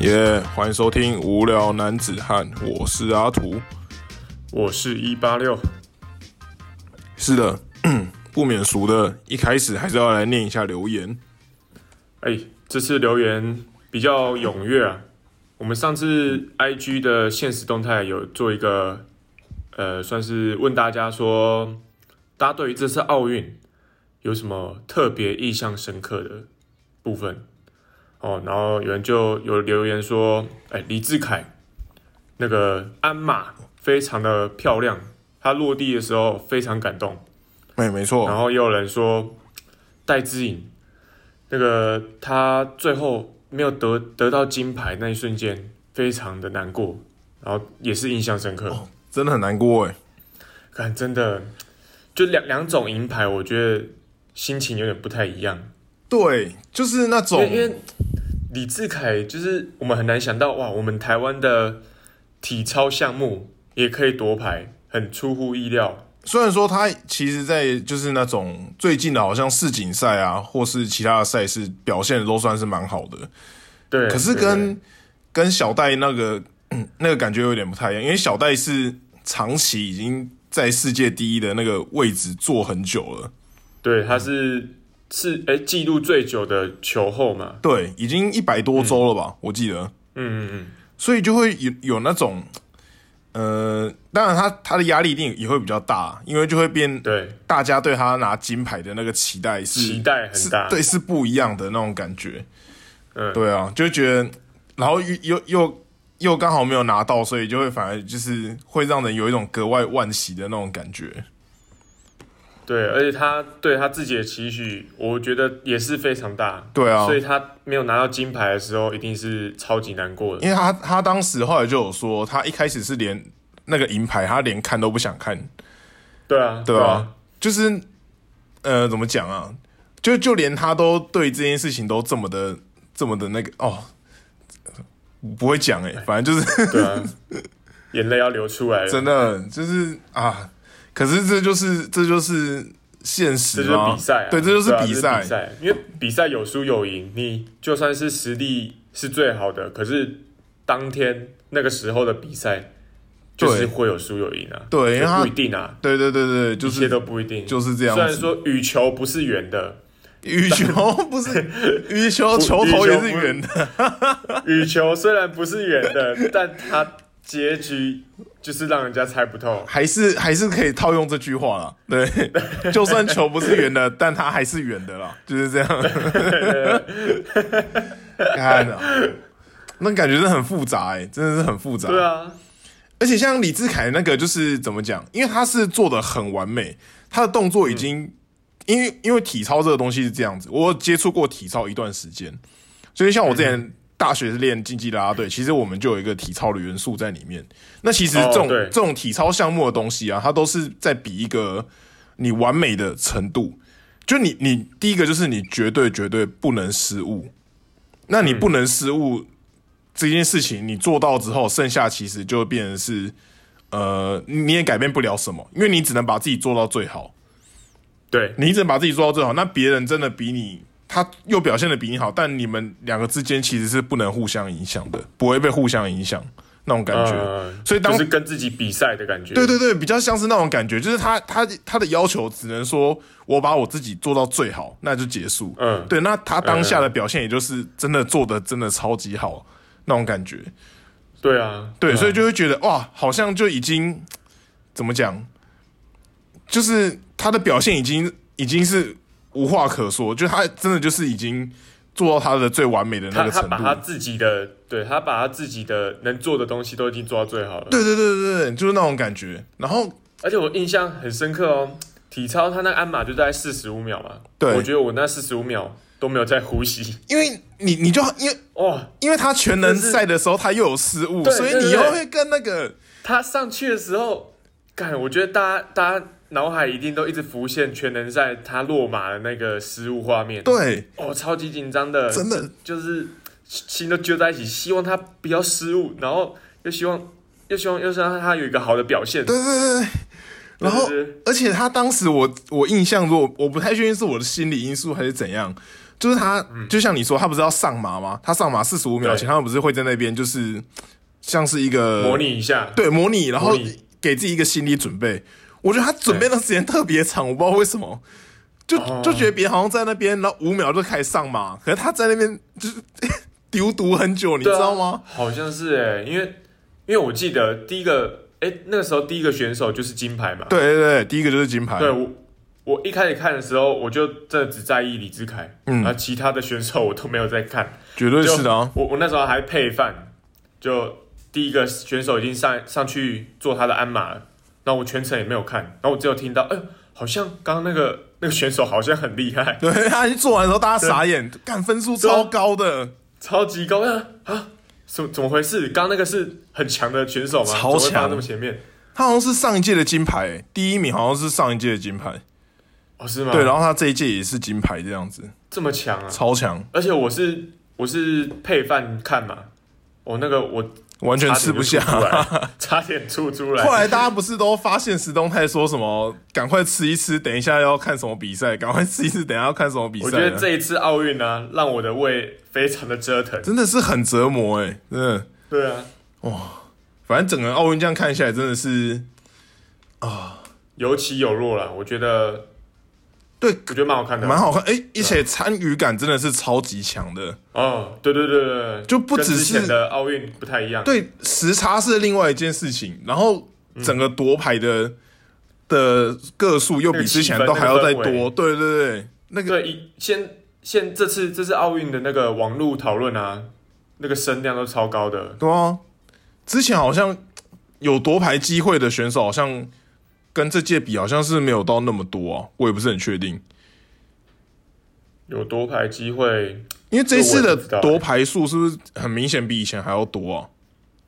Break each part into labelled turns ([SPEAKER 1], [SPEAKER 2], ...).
[SPEAKER 1] 耶欢迎收听《无聊男子汉》，我是阿图。
[SPEAKER 2] 我是一八六，
[SPEAKER 1] 是的， 不免俗的，一开始还是要来念一下留言。
[SPEAKER 2] 哎，这次留言比较踊跃啊。我们上次 IG 的现实动态有做一个，呃，算是问大家说，大家对于这次奥运有什么特别印象深刻的部分？哦，然后有人就有留言说，哎，李志凯那个鞍马非常的漂亮，他落地的时候非常感动。
[SPEAKER 1] 哎，没错
[SPEAKER 2] 然，后也有人说戴资颖，那个他最后没有得得到金牌那一瞬间，非常的难过，然后也是印象深刻。
[SPEAKER 1] 真的很难过哎。
[SPEAKER 2] 看、真的，就两两种银牌，我觉得心情有点不太一样，
[SPEAKER 1] 对，就是那
[SPEAKER 2] 因
[SPEAKER 1] 种
[SPEAKER 2] 为因为李志凯就是我们很难想到哇，我们台湾的体操项目也可以夺牌，很出乎意料。
[SPEAKER 1] 虽然说他其实，在就是那种最近的，好像世锦赛啊，或是其他的赛事，表现都算是蛮好的。
[SPEAKER 2] 对，
[SPEAKER 1] 可是
[SPEAKER 2] 对对
[SPEAKER 1] 跟跟小戴那个 那个感觉有点不太一样，因为小戴是长期已经在世界第一的那个位置坐很久了，
[SPEAKER 2] 对他是是哎记录最久的球后嘛，
[SPEAKER 1] 对，已经一百多周了吧，我记得，
[SPEAKER 2] 嗯嗯嗯，
[SPEAKER 1] 所以就会有有那种，呃，当然他他的压力一定也会比较大，因为就会变
[SPEAKER 2] 对，
[SPEAKER 1] 大家对他拿金牌的那个期待是
[SPEAKER 2] 期待很
[SPEAKER 1] 嗯是
[SPEAKER 2] 大，
[SPEAKER 1] 对，是不一样的那种感觉。
[SPEAKER 2] 嗯
[SPEAKER 1] 对啊，就觉得，然后又又又又刚好没有拿到，所以就会反而就是会让人有一种格外惋惜的那种感觉。
[SPEAKER 2] 对而且他对他自己的期许，我觉得也是非常大，
[SPEAKER 1] 对啊
[SPEAKER 2] 所，以他没有拿到金牌的时候，一定是超级难过的，
[SPEAKER 1] 因为他他当时后来就有说，他一开始是连那个银牌他连看都不想看，
[SPEAKER 2] 对啊，
[SPEAKER 1] 对
[SPEAKER 2] 啊，
[SPEAKER 1] 啊，就是呃怎么讲啊，就就连他都对这件事情都这么的这么的那个哦。不会讲哎、反正就是
[SPEAKER 2] 对啊，眼泪要流出来了，
[SPEAKER 1] 真的就是啊，可是这就是这就是现实
[SPEAKER 2] 这就是
[SPEAKER 1] 吗
[SPEAKER 2] 比赛、啊，
[SPEAKER 1] 对，这就是
[SPEAKER 2] 啊
[SPEAKER 1] 比赛，
[SPEAKER 2] 比赛，因为比赛有输有赢，你就算是实力是最好的，可是当天那个时候的比赛。就
[SPEAKER 1] 对
[SPEAKER 2] 是会有输有赢啊，
[SPEAKER 1] 对因为
[SPEAKER 2] 就
[SPEAKER 1] 他
[SPEAKER 2] 不一定啊，
[SPEAKER 1] 对对对对，就
[SPEAKER 2] 一切
[SPEAKER 1] 是
[SPEAKER 2] 都不一定。
[SPEAKER 1] 就是这样
[SPEAKER 2] 虽然
[SPEAKER 1] 子。
[SPEAKER 2] 说羽球不是圆的，
[SPEAKER 1] 羽球 不是羽球，球头也是圆的，
[SPEAKER 2] 羽球虽然不是圆的，但它结局就是让人家猜不透。
[SPEAKER 1] 还是还是可以套用这句话啦。 对，就算球不是圆的，但它还是圆的啦，就是这样。 看啊，那感觉真的很复杂哎、真的是很复杂。
[SPEAKER 2] 对啊，
[SPEAKER 1] 而且像李志凯那个，就是怎么讲？因为他是做的很完美，他的动作已经，因为因为体操这个东西是这样子，我有接触过体操一段时间，所以像我之
[SPEAKER 2] 嗯
[SPEAKER 1] 前大学是练竞技啦啦队，其实我们就有一个体操的元素在里面。那其实
[SPEAKER 2] 哦
[SPEAKER 1] 这种、
[SPEAKER 2] 对
[SPEAKER 1] 这种体操项目的东西啊，它都是在比一个你完美的程度。就你你第一个就是你绝对绝对不能失误，那你不能失误。这件事情你做到之后，剩下其实就变成是，呃，你也改变不了什么，因为你只能把自己做到最好，
[SPEAKER 2] 对
[SPEAKER 1] 你只能把自己做到最好。那别人真的比你，他又表现的比你好，但你们两个之间其实是不能互相影响的，不会被互相影响那种感觉。
[SPEAKER 2] 呃
[SPEAKER 1] 嗯所以当
[SPEAKER 2] 就是跟自己比赛的感觉。
[SPEAKER 1] 对对对，比较像是那种感觉，就是他他他的要求只能说我把我自己做到最好，那就结束。
[SPEAKER 2] 嗯
[SPEAKER 1] 对，那他当下的表现也就是真的做的真的超级好那种感觉。
[SPEAKER 2] 对啊，
[SPEAKER 1] 对，所
[SPEAKER 2] 以
[SPEAKER 1] 以就会觉得哇，好像就已经怎么讲，就是他的表现已经已经是无话可说，就他真的就是已经做到他的最完美的那
[SPEAKER 2] 他
[SPEAKER 1] 个
[SPEAKER 2] 他
[SPEAKER 1] 程
[SPEAKER 2] 把他
[SPEAKER 1] 度。
[SPEAKER 2] 自己的，对他把他自己的能做的东西都已经做到最好了。
[SPEAKER 1] 对对对对对，就是那种感觉。然后
[SPEAKER 2] 而且我印象很深刻哦，体操他那个鞍马就在四十五秒嘛，
[SPEAKER 1] 对
[SPEAKER 2] 我觉得我那四十五秒都没有在呼吸，
[SPEAKER 1] 因为你你就因为
[SPEAKER 2] 哇，
[SPEAKER 1] 因为他全能
[SPEAKER 2] 就是
[SPEAKER 1] 赛的时候他又有失误，
[SPEAKER 2] 对
[SPEAKER 1] 所以
[SPEAKER 2] 对对
[SPEAKER 1] 你
[SPEAKER 2] 对
[SPEAKER 1] 又会跟那个
[SPEAKER 2] 他上去的时候，干，我觉得大家大家脑海一定都一直浮现全能赛他落马的那个失误画面。，
[SPEAKER 1] 对
[SPEAKER 2] 哦，超级紧张的，
[SPEAKER 1] 真的
[SPEAKER 2] 就是心都揪在一起，希望他不要失误，然后又希望又希望又希望他有一个好的表现。
[SPEAKER 1] 对对对对，然后
[SPEAKER 2] 对对对，
[SPEAKER 1] 而且他当时我我印象中，我不太确定是我的心理因素还是怎样，就是他、就像你说，他不是要上马吗？他上马四十五秒前，
[SPEAKER 2] 嗯对
[SPEAKER 1] 他们不是会在那边就是像是一个
[SPEAKER 2] 模拟一下，
[SPEAKER 1] 对模拟，然后
[SPEAKER 2] 模拟
[SPEAKER 1] 给自己一个心理准备。我觉得他准备的时间特别长，我不知道为什么，就
[SPEAKER 2] 哦
[SPEAKER 1] 就觉得别人好像在那边，然后五秒就开始上马，可是他在那边就是 丢毒很久，你知
[SPEAKER 2] 对啊
[SPEAKER 1] 道吗？
[SPEAKER 2] 好像是哎、因为因为我记得第一个哎、那个时候第一个选手就是金牌嘛，
[SPEAKER 1] 对对对，第一个就是金牌，
[SPEAKER 2] 对我我一开始看的时候，我就真的只在意李志凯，嗯，而其他的选手我都没有在看，
[SPEAKER 1] 绝对是的啊。
[SPEAKER 2] 我我那时候还配饭，就第一个选手已经上上去做他的鞍马了，然后我全程也没有看，然后我只有听到，哎、好像刚刚那个那个选手好像很厉害，
[SPEAKER 1] 对他一做完的时候，大家傻眼，干分数超高的，
[SPEAKER 2] 超级高啊啊！怎么怎么回事？刚刚那个是很强的选手吗？
[SPEAKER 1] 超
[SPEAKER 2] 怎么会放
[SPEAKER 1] 强
[SPEAKER 2] 那么前面？
[SPEAKER 1] 他好像是上一届的金牌、第一名好像是上一届的金牌，
[SPEAKER 2] 哦，是吗？
[SPEAKER 1] 对，然后他这一届也是金牌，这样子
[SPEAKER 2] 这么强啊！
[SPEAKER 1] 超强，
[SPEAKER 2] 而且我是我是配饭看嘛，我那个我
[SPEAKER 1] 完全
[SPEAKER 2] 差
[SPEAKER 1] 吃
[SPEAKER 2] 点
[SPEAKER 1] 不
[SPEAKER 2] 就吐
[SPEAKER 1] 下。
[SPEAKER 2] 出 来，差点吐出来。
[SPEAKER 1] 后来大家不是都发现石东泰说什么赶快吃一吃，等一下要看什么比赛，赶快吃一吃，等一下要看什么比赛
[SPEAKER 2] 我
[SPEAKER 1] 了？
[SPEAKER 2] 觉得这一次奥运呢，让我的胃非常的折腾。
[SPEAKER 1] 真的是很折磨哎、真的。
[SPEAKER 2] 对啊，
[SPEAKER 1] 反正整个奥运这样看下来，真的是
[SPEAKER 2] 有起有落啦，我觉得
[SPEAKER 1] 对
[SPEAKER 2] 我觉得蛮好看的。
[SPEAKER 1] 蛮好看哎、而且参与感真的是超级强的。
[SPEAKER 2] 哦，对对对对对，
[SPEAKER 1] 就不
[SPEAKER 2] 跟
[SPEAKER 1] 只
[SPEAKER 2] 之
[SPEAKER 1] 是
[SPEAKER 2] 前的奥运不太一样。
[SPEAKER 1] 对，时差是另外一件事情，然后整个夺牌的、的个数又比之前都还要再多，
[SPEAKER 2] 那个气氛那
[SPEAKER 1] 对对对，那个
[SPEAKER 2] 对，一先先这次这次奥运的那个网络讨论啊，那个声量都超高的。
[SPEAKER 1] 对啊，之前好像有夺牌机会的选手，好像跟这届比好像是没有到那么多啊，我也不是很确定，
[SPEAKER 2] 有夺牌机会，
[SPEAKER 1] 因为这次
[SPEAKER 2] 这我也
[SPEAKER 1] 的
[SPEAKER 2] 不知道欸
[SPEAKER 1] 夺牌数是不是很明显比以前还要多啊？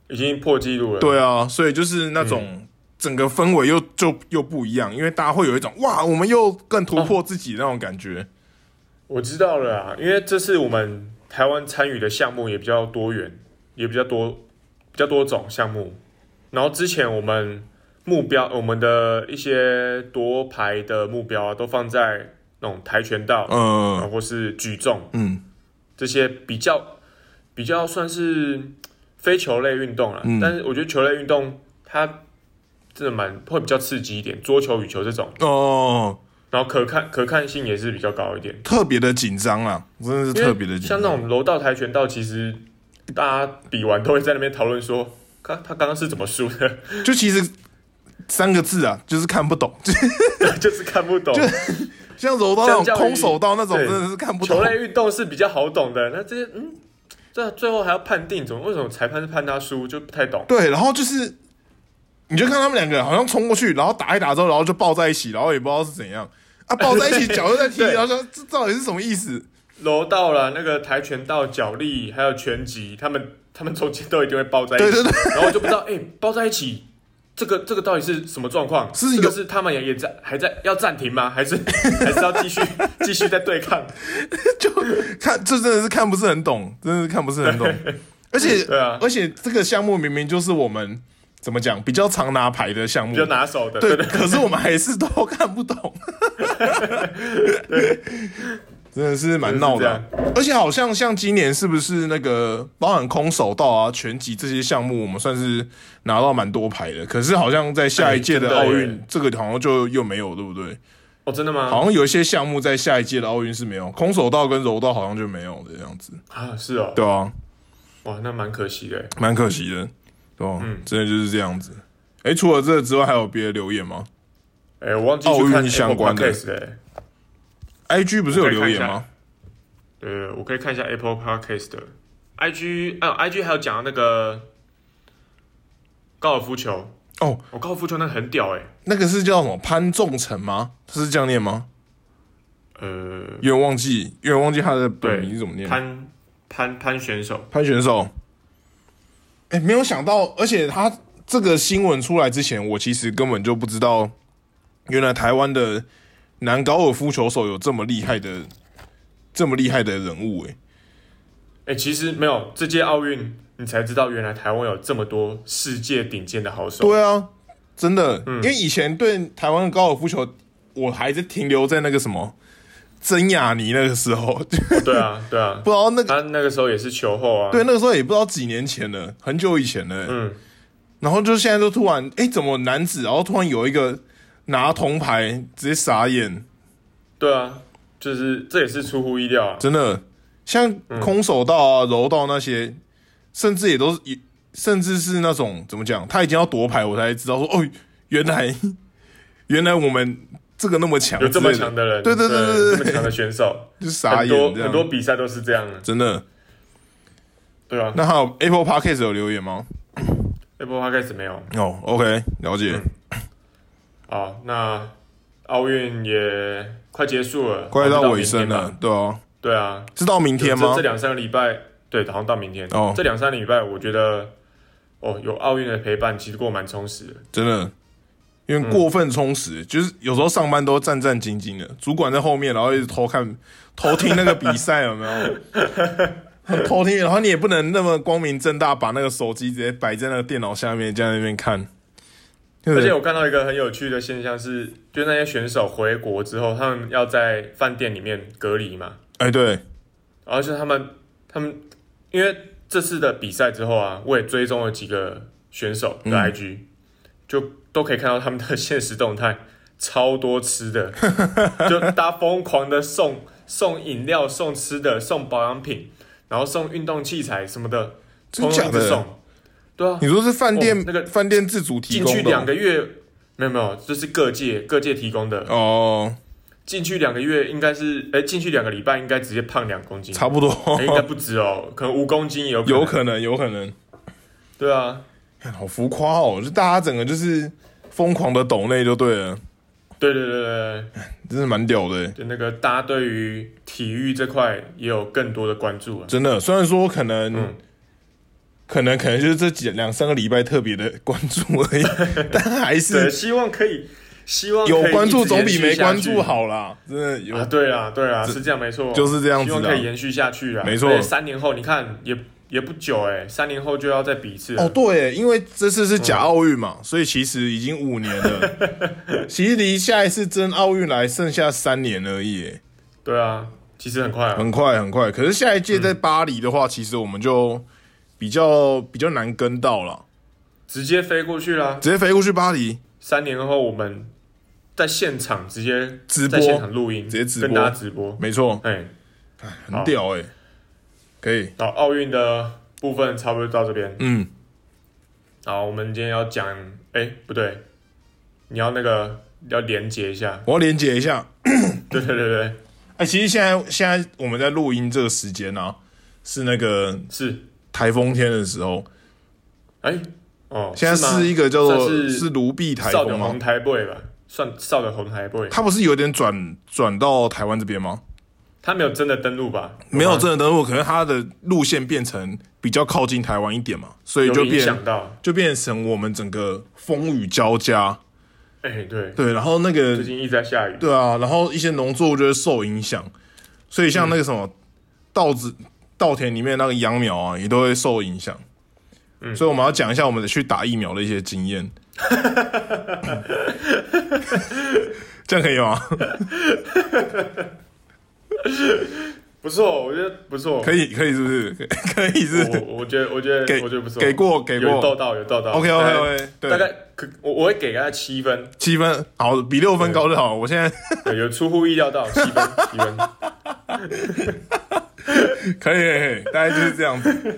[SPEAKER 2] 已经破纪录了。
[SPEAKER 1] 对啊，所以就是那种。
[SPEAKER 2] 嗯
[SPEAKER 1] 整个氛围又就又不一样，因为大家会有一种哇，我们又更
[SPEAKER 2] 哦
[SPEAKER 1] 突破自己的那种感觉。
[SPEAKER 2] 我知道了啊，因为这次我们台湾参与的项目也比较多元，也比较多比较多种项目。然后之前我们目标，我们的一些夺牌的目标啊，都放在那种跆拳道，
[SPEAKER 1] 嗯、
[SPEAKER 2] 啊或是举重
[SPEAKER 1] 嗯，
[SPEAKER 2] 这些比较比较算是非球类运动了。
[SPEAKER 1] 嗯
[SPEAKER 2] 但是我觉得球类运动它真的蛮会比较刺激一点，桌球、羽球这种，
[SPEAKER 1] 哦，
[SPEAKER 2] 然后可看可看性也是比较高一点。
[SPEAKER 1] 特别的紧张啊，真的是
[SPEAKER 2] 因为
[SPEAKER 1] 特别的紧张。
[SPEAKER 2] 像那种柔道、跆拳道，其实大家比完都会在那边讨论说，他他刚刚是怎么输的，
[SPEAKER 1] 就其实三个字啊，就是看不懂。 就
[SPEAKER 2] 就是看不懂。
[SPEAKER 1] 像柔道那
[SPEAKER 2] 相较
[SPEAKER 1] 种
[SPEAKER 2] 于
[SPEAKER 1] 空手道那种，
[SPEAKER 2] 对
[SPEAKER 1] 真的是看不懂
[SPEAKER 2] 球。类运动是比较好懂的，那这些嗯，这最后还要判定，怎么为什么裁判是判他输，就不太懂。
[SPEAKER 1] 对，然后就是，你就看他们两个好像冲过去，然后打一打之后，然后就抱在一起，然后也不知道是怎样 啊，抱在一起，脚又在踢，
[SPEAKER 2] 对
[SPEAKER 1] 然后说这到底是什么意思？
[SPEAKER 2] 柔道啦，那个跆拳道、脚力还有拳击，他们 他们中间都一定会抱在一起，
[SPEAKER 1] 对对对
[SPEAKER 2] 然后我就不知道，哎、抱在一起。这个这个到底是什么状况？
[SPEAKER 1] 是
[SPEAKER 2] 这个
[SPEAKER 1] 有
[SPEAKER 2] 是他们也也在还在要暂停吗？还是 还是要继续 继续在对抗？
[SPEAKER 1] 就看这真的是看不是很懂，真的是看不是很懂。而且，
[SPEAKER 2] 对啊
[SPEAKER 1] 而且这个项目明明就是我们怎么讲比较常拿牌的项目，
[SPEAKER 2] 比较拿手的，
[SPEAKER 1] 对，
[SPEAKER 2] 对对
[SPEAKER 1] 可是我们还是都看不懂，真的是蛮闹的啊。而且好像像今年是不是那个包含空手道啊、拳击这些项目，我们算是拿到蛮多牌的。可是好像在下一届的
[SPEAKER 2] 哎
[SPEAKER 1] 奥
[SPEAKER 2] 真的耶
[SPEAKER 1] 运，这个好像就又没有，对不对？
[SPEAKER 2] 哦，真的吗？
[SPEAKER 1] 好像有一些项目在下一届的奥运是没有，空手道跟柔道好像就没有的样子。
[SPEAKER 2] 啊，是哦，
[SPEAKER 1] 对啊，
[SPEAKER 2] 哇，那蛮可惜的。哎
[SPEAKER 1] 蛮可惜的，对吧、真的就是这样子。哎，除了这个之外，还有别的留言吗
[SPEAKER 2] 哎，我忘记去
[SPEAKER 1] 奥
[SPEAKER 2] 看
[SPEAKER 1] 运相关的
[SPEAKER 2] Apple Podcast 的。哎
[SPEAKER 1] ？IG 不是有留言
[SPEAKER 2] 我可以看一
[SPEAKER 1] 吗
[SPEAKER 2] 下？呃，我可以看一下 Apple Podcast 的 IG，啊，IG 还有讲到那个高尔夫球
[SPEAKER 1] 哦，
[SPEAKER 2] 我高尔夫球那个很屌哎，
[SPEAKER 1] 那个是叫什么潘仲成吗？是这样念吗？
[SPEAKER 2] 呃，
[SPEAKER 1] 有点忘记，有点忘记他的
[SPEAKER 2] 对
[SPEAKER 1] 本名是怎么念。
[SPEAKER 2] 潘潘潘选手，
[SPEAKER 1] 潘选手，哎、没有想到，而且他这个新闻出来之前，我其实根本就不知道，原来台湾的男高尔夫球手有这么厉害的，这么厉害的人物、诶
[SPEAKER 2] 哎，其实没有这届奥运，你才知道原来台湾有这么多世界顶尖的好手。
[SPEAKER 1] 对啊，真的，
[SPEAKER 2] 嗯
[SPEAKER 1] 因为以前对台湾的高尔夫球，我还是停留在那个什么曾雅妮那个时候， 不
[SPEAKER 2] 对啊，对啊，
[SPEAKER 1] 知道那个
[SPEAKER 2] 他那个时候也是球后啊，
[SPEAKER 1] 对那个时候也不知道几年前了，很久以前了。
[SPEAKER 2] 嗯，
[SPEAKER 1] 然后就现在就突然，哎，怎么男子，然后突然有一个拿铜牌，直接傻眼，
[SPEAKER 2] 对啊，就是这也是出乎意料啊，
[SPEAKER 1] 真的，像
[SPEAKER 2] 嗯
[SPEAKER 1] 空手道啊、柔道那些，甚至也都是，也甚至是那种怎么讲，他已经要夺牌，我才知道说，哦，原来 原来我们这个那么强，
[SPEAKER 2] 有这么强，的人，
[SPEAKER 1] 对对对对对
[SPEAKER 2] 这么强的 选手，
[SPEAKER 1] 就傻
[SPEAKER 2] 很
[SPEAKER 1] 眼
[SPEAKER 2] 多
[SPEAKER 1] 这
[SPEAKER 2] 很多
[SPEAKER 1] 样，
[SPEAKER 2] 比赛都是这样的，
[SPEAKER 1] 真的。
[SPEAKER 2] 对啊
[SPEAKER 1] 那还有 Apple Podcast 有留言吗？
[SPEAKER 2] ，Apple Podcast 没有
[SPEAKER 1] 哦、o k 了解，
[SPEAKER 2] 嗯啊，那奥运也快结束了，
[SPEAKER 1] 快到
[SPEAKER 2] 好像
[SPEAKER 1] 尾声
[SPEAKER 2] 明天
[SPEAKER 1] 了
[SPEAKER 2] 吧，，
[SPEAKER 1] 对啊，
[SPEAKER 2] 对啊，
[SPEAKER 1] 是到明天吗
[SPEAKER 2] 这这？两三个礼拜，对，好像到明天。
[SPEAKER 1] 哦
[SPEAKER 2] 这两三个礼拜，我觉得，哦，有奥运的陪伴，其实过得蛮充实的。
[SPEAKER 1] 真的，因为过分充
[SPEAKER 2] 嗯
[SPEAKER 1] 实，就是有时候上班都战战兢兢的，主管在后面，然后一直偷看、偷听那个比赛有没有？ 偷听，然后你也不能那么光明正大把那个手机直接摆在那个电脑下面，这样在那边看。
[SPEAKER 2] 而且
[SPEAKER 1] 对
[SPEAKER 2] 我看到一个很有趣的现象是，就那些选手回国之后，他们要在饭店里面隔离嘛，
[SPEAKER 1] 哎，对，
[SPEAKER 2] 然后就是他们，他们因为这次的比赛之后啊，我也追踪了几个选手
[SPEAKER 1] 嗯
[SPEAKER 2] 的 IG，、就都可以看到他们的现实动态，超多吃 的，就大家疯狂的送送饮料、送吃的、送保养品，然后送运动器材什么的，
[SPEAKER 1] 真
[SPEAKER 2] 通
[SPEAKER 1] 假
[SPEAKER 2] 通一直
[SPEAKER 1] 的？
[SPEAKER 2] 送。对啊
[SPEAKER 1] 你，说是饭店
[SPEAKER 2] 哦那个
[SPEAKER 1] 饭店自主提
[SPEAKER 2] 进
[SPEAKER 1] 供
[SPEAKER 2] 去
[SPEAKER 1] 的
[SPEAKER 2] 两
[SPEAKER 1] 哦
[SPEAKER 2] 个月，没有没有，这是各界各界提供的。
[SPEAKER 1] 哦，
[SPEAKER 2] 进去两个月应该是，哎，进去两个礼拜应该直接胖两公斤，
[SPEAKER 1] 差不多，
[SPEAKER 2] 哎应该不止哦，可能五公斤也有可能
[SPEAKER 1] 有可能，有可能，
[SPEAKER 2] 对啊，
[SPEAKER 1] 看好浮夸哦！就大家整个就是疯狂的抖内就对了，
[SPEAKER 2] 对对对对，对
[SPEAKER 1] 真的蛮屌的欸。
[SPEAKER 2] 就那个大家对于体育这块也有更多的关注啊。
[SPEAKER 1] 真的，虽然说可能，
[SPEAKER 2] 嗯
[SPEAKER 1] 可能可能就是这几两三个礼拜特别的关注 而已，但还
[SPEAKER 2] 对，
[SPEAKER 1] 是
[SPEAKER 2] 希望可以，希望可以
[SPEAKER 1] 有关注
[SPEAKER 2] 一直
[SPEAKER 1] 总
[SPEAKER 2] 延续
[SPEAKER 1] 比没
[SPEAKER 2] 下
[SPEAKER 1] 关
[SPEAKER 2] 去
[SPEAKER 1] 注好啦。真的有，
[SPEAKER 2] 啊。对啊，对啊，是这样没错，
[SPEAKER 1] 就是这样子
[SPEAKER 2] 希
[SPEAKER 1] 的啊
[SPEAKER 2] 望可以延续下去啊。
[SPEAKER 1] 没错
[SPEAKER 2] 而且三年后你看也也不久哎、三年后就要再比一次了。啊
[SPEAKER 1] 哦，对，因为这次是假奥运嘛，所以其实已经五年了， 其实离下一次真奥运来剩下三年而已耶，
[SPEAKER 2] 对啊，其实很快啊。
[SPEAKER 1] 很快很快。可是下一届在巴黎的话，
[SPEAKER 2] 嗯
[SPEAKER 1] 其实我们就比较比较难跟到了，
[SPEAKER 2] 直接飞过去啦！
[SPEAKER 1] 直接飞过去巴黎，
[SPEAKER 2] 三年后我们在现场直接
[SPEAKER 1] 直播
[SPEAKER 2] 在现场录音，
[SPEAKER 1] 直接直播
[SPEAKER 2] 跟大家直播。
[SPEAKER 1] 没错，
[SPEAKER 2] 哎，
[SPEAKER 1] 很屌哎，可以，
[SPEAKER 2] 好，奥运的部分差不多到这边。
[SPEAKER 1] 嗯，
[SPEAKER 2] 好，我们今天要讲，哎、不对，你要那个要连接一下，
[SPEAKER 1] 我要连接一下。
[SPEAKER 2] 对对对对，
[SPEAKER 1] 哎、其实现在现在我们在录音这个时间啊，是那个
[SPEAKER 2] 是，
[SPEAKER 1] 台风天的时候。
[SPEAKER 2] 哎、哦，
[SPEAKER 1] 现在
[SPEAKER 2] 是
[SPEAKER 1] 是一个叫做
[SPEAKER 2] 算是
[SPEAKER 1] 是卢碧台
[SPEAKER 2] 少的
[SPEAKER 1] 风
[SPEAKER 2] 红
[SPEAKER 1] 吗？
[SPEAKER 2] 台 boy 吧，算少的红台 boy，
[SPEAKER 1] 它不是有点转转到台湾这边吗？
[SPEAKER 2] 他没有真的登录吧？
[SPEAKER 1] 没有
[SPEAKER 2] 吗
[SPEAKER 1] 真的登陆，可能它的路线变成比较靠近台湾一点嘛，所以
[SPEAKER 2] 有
[SPEAKER 1] 就
[SPEAKER 2] 影
[SPEAKER 1] 变
[SPEAKER 2] 响到，
[SPEAKER 1] 就变成我们整个风雨交加。
[SPEAKER 2] 哎、对，
[SPEAKER 1] 对，然后那个
[SPEAKER 2] 最近一直在下雨，
[SPEAKER 1] 对啊，然后一些农作物就会受影响，所以像
[SPEAKER 2] 嗯
[SPEAKER 1] 那个什么、稻子、稻田里面那个秧苗啊，也都会受影响。
[SPEAKER 2] 嗯
[SPEAKER 1] 所以我们要讲一下我们的去打疫苗的一些经验，这样可以 吗？
[SPEAKER 2] 不错，我觉得不错，
[SPEAKER 1] 可以，可以，是不是？可以是不
[SPEAKER 2] 我
[SPEAKER 1] 是
[SPEAKER 2] 我我觉得我觉得
[SPEAKER 1] 给
[SPEAKER 2] 我觉得不错，
[SPEAKER 1] 给过给过
[SPEAKER 2] 有到到有到到
[SPEAKER 1] OK OK OK，
[SPEAKER 2] 大
[SPEAKER 1] 对，
[SPEAKER 2] 概大概可我我会给他七分，
[SPEAKER 1] 七分好，比六分高就好。我现在
[SPEAKER 2] 对哎有出乎意料到七分七分，
[SPEAKER 1] 可以，可以，大概就是这 样子。